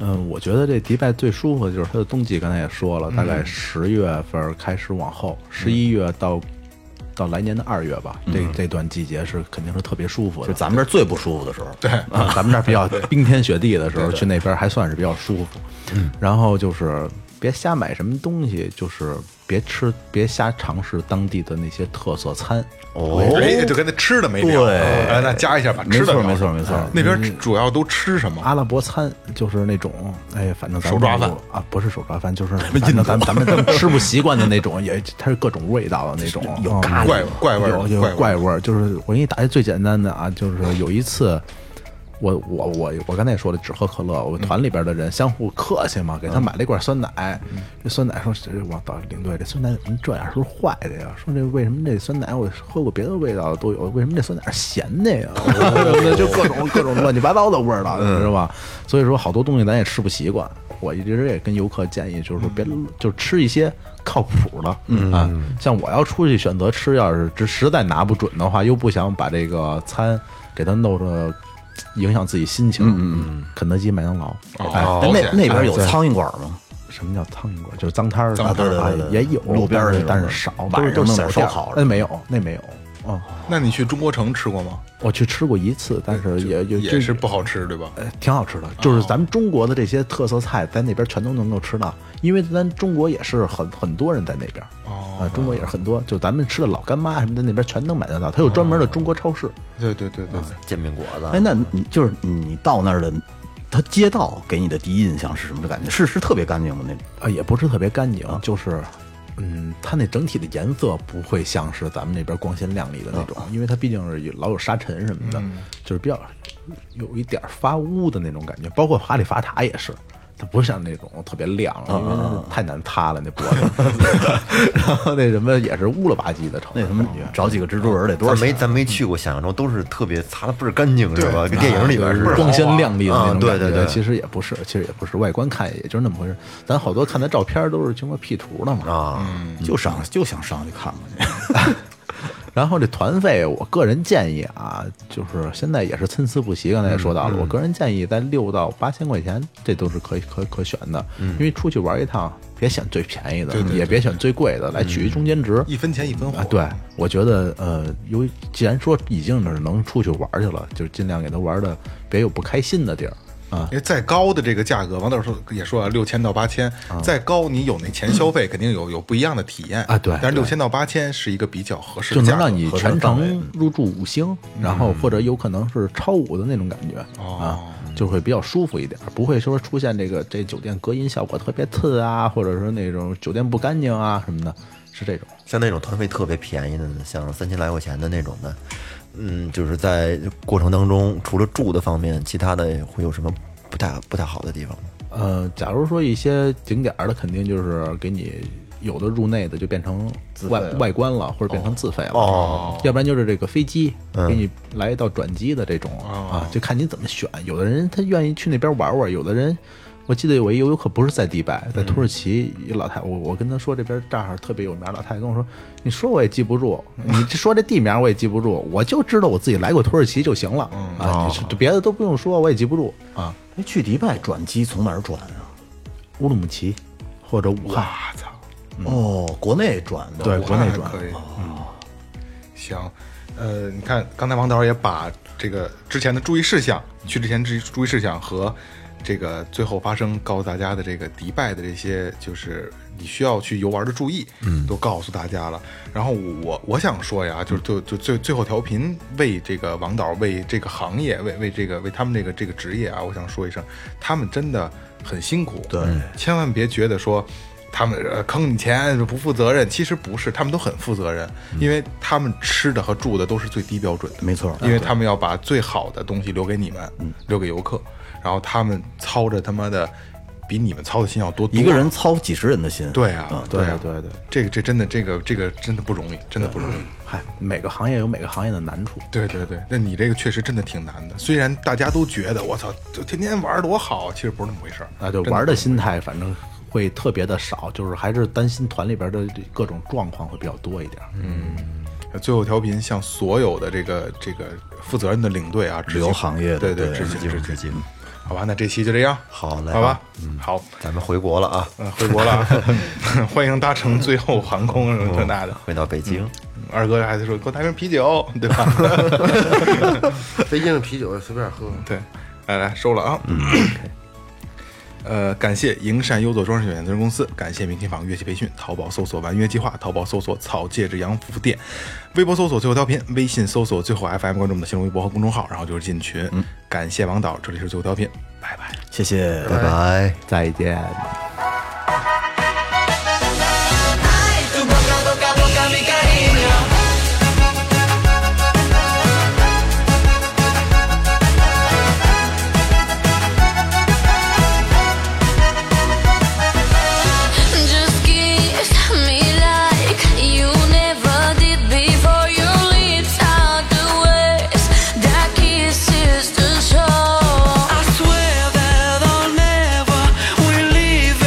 嗯，我觉得这迪拜最舒服的就是它的冬季，刚才也说了，大概十月份开始往后，十一月到到来年的二月吧，这这段季节是肯嗯定是特别舒服
就
的。
咱们这儿最不舒服的时候，
对，
啊，咱们这儿比 <laughs> 较冰天雪地的时候去那边还算是比较舒服。然后就是别瞎买什么东西，就是别吃，别瞎尝试当地的那些特色餐。
哦，哎，就跟那吃的没聊，
对
哎，那加一下把
没
吃的
错
聊
没错
上
没错。啊
那边主要都吃什么？
阿拉伯餐就是那种，哎，反正咱
手
们
抓饭
啊，不是手抓饭，就是反正咱们咱们咱们吃不习惯的那种，也它是各种味道的那种，有
喱 <laughs> 怪怪味儿
有有
怪味儿
怪味儿。就是我给你打一最简单的啊，就是有一次。我我我我刚才也说了，只喝可乐。我团里边的人相互客气嘛，给他买了一罐酸奶。这酸奶说：“这我导领队，这酸奶怎么这样？是不是坏的呀？说这为什么这酸奶我喝过别的味道都有，为什么这酸奶是咸的呀？就各种各种乱七八糟的味儿了，你知道吧？所以说好多东西咱也吃不习惯。我一直也跟游客建议，就是说别就吃一些靠谱的，嗯啊，像我要出去选择吃，要是这实在拿不准的话，又不想把这个餐给它弄着影响自己心情，嗯嗯，肯德基、麦当劳，哎，
哦
但
那
那
那边有
哎对
苍蝇馆吗？
什么叫苍蝇馆？就是脏摊儿，
脏摊儿
啊
对对对
也有
路边儿
但
那
是
种
但是少，
晚上
都是
弄点
小
烧
店儿
烤
那没有，那没有。哦，
那你去中国城吃过吗？
我去吃过一次，但是也也
也是不好吃，对吧？
呃，挺好吃的，
哦
就是咱们中国的这些特色菜，在那边全都能够吃到，因为咱中国也是很很多人在那边，
哦
啊，中国也是很多，就咱们吃的老干妈什么的，那边全能买得到，它有专
哦
门的中国超市。
对对对对，
煎饼果子，啊
哎，那你就是你到那儿的，他街道给你的第一印象是什么感觉？是是特别干净吗？那种
啊，也不是特别干净，就是，嗯，它那整体的颜色不会像是咱们那边光鲜亮丽的那种，
嗯
因为它毕竟是有老有沙尘什么的，就是比较有一点发乌的那种感觉。包括哈利法塔也是，它不像那种特别亮，
嗯
因为它太难擦了那脖
<laughs>
子，然后那什么也是乌了吧唧的，
那什么
感觉，
找几个蜘蛛人得多少
咱
钱？
没咱没去过，想象中都是特别擦的倍儿干净是吧？跟电影里边
啊
似的，
啊光鲜亮丽的那
啊
种
对
感觉，
对对
其实也不是，其实也不是，外观看也就是那么回事。咱好多看的照片都是经过 P 图的嘛，嗯
啊，
就上就想上去看看去。 <laughs>
然后这团费，我个人建议啊，就是现在也是参差不齐，刚才也说到了，我个人建议在六到八千块钱，这都是可以可可选的，因为出去玩一趟，别选最便宜的，也别选最贵的，来取一中间值。
一分钱一分货
啊，。对，我觉得呃，由于既然说已经是能出去玩去了，就尽量给他玩的别有不开心的地儿啊。
因为再高的这个价格，王导说也说啊，六千到八千，再高你有那钱消费，肯定有有不一样的体验
啊对
但是
对
六千到八千是一个比较合适
就
的价嗯
能
格，
让你全程入住五星，然
嗯
后或者有可能是超五的那种感觉
哦
啊，就会比较舒服一点，不会说出现这个这酒店隔音效果特别次啊，或者说那种酒店不干净啊什么的，是这种。
像那种团费特别便宜的，像三千来块钱的那种的，嗯，就是在过程当中，除了住的方面，其他的会有什么不太不太好的地方吗？
呃，假如说一些景点儿的，肯定就是给你有的入内的就变成外外观了，或者变成自费了。哦，嗯要不然就是这个飞机、给你来一道转机的这种、啊，就看你怎么选。有的人他愿意去那边玩玩，有的人。我记得有一游客不是在迪拜，在土耳其一老太，我我跟他说这边这儿特别有名，老太太跟我说，你说我也记不住，你这说这地名我也记不住，我就知道我自己来过土耳其就行了啊，你是别的都不用说，我也记不住啊。
哎，去迪拜转机从哪儿转啊？
乌鲁木齐或者武汉，
哦，国内转的。
对，国内
那
转
可以。嗯，行，呃，你看刚才王导也把这个之前的注意事项，去之前注意注意事项和这个最后发生告诉大家的这个迪拜的这些，就是你需要去游玩的注意，嗯，都告诉大家了。然后我我想说呀，
嗯
就是就就最最后调频为这个王导为这个行业为为这个为他们这个这个职业啊，我想说一声，他们真的很辛苦，对，千万别觉得说。他们呃坑你钱不负责任，其实不是，他们都很负责任，因为他们吃的和住的都是最低标准的，
嗯没错嗯
因为他们要把最好的东西留给你们，留给游客，然后他们操着他妈的比你们操的心要多多
一个人嗯操几十人的心。
对啊，
对
啊，
对对，
这个这真的这个这个真的不容易，真的不容
嗯
易。
嗨，每个行业有每个行业的难处。
对对对，那你这个确实真的挺难的。虽然大家都觉得我操，就天天玩儿多好，其实不是那么回事儿。
啊，就玩的心态，反正会特别的少，就是还是担心团里边的这各种状况会比较多一点。嗯，
最后调频向所有的这个这个负责任的领队啊，致
旅游
敬
行业的
对
对嗯
致敬致敬。
致敬，
好吧，那这期就这样。
好来吧
好吧，嗯，好，
咱们回国了啊，
嗯，回国了
<laughs>
啊，欢迎搭乘最后航空什么这那的。
哦
回到北京，
二哥还在说给我来瓶啤酒，对吧？
北京的啤酒随便喝。
对，来来收了啊。 <clears throat> 呃，感谢营善优作装饰有限责任公司，感谢明琴坊乐器培训，淘宝搜索“玩乐计划”，淘宝搜索“草戒指洋服店”，微博搜索“最后调频”，微信搜索“最后 FM”，关注我们的新浪微博和公众号，然后就是进群。感谢王导，这里是最后调频，拜拜。
谢谢，
拜拜。
再见。
Just kiss me like you never did before. Your lips are the waves that kisses the shore.
I swear that I'll never, we leave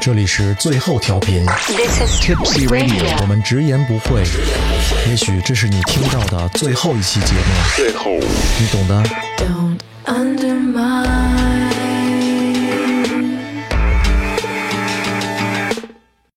这里是最后调频
This is
Tipsy
Radio
我们直言不讳，也许这是你听到的最后一期节目，最后，你懂的。
Don't undermine.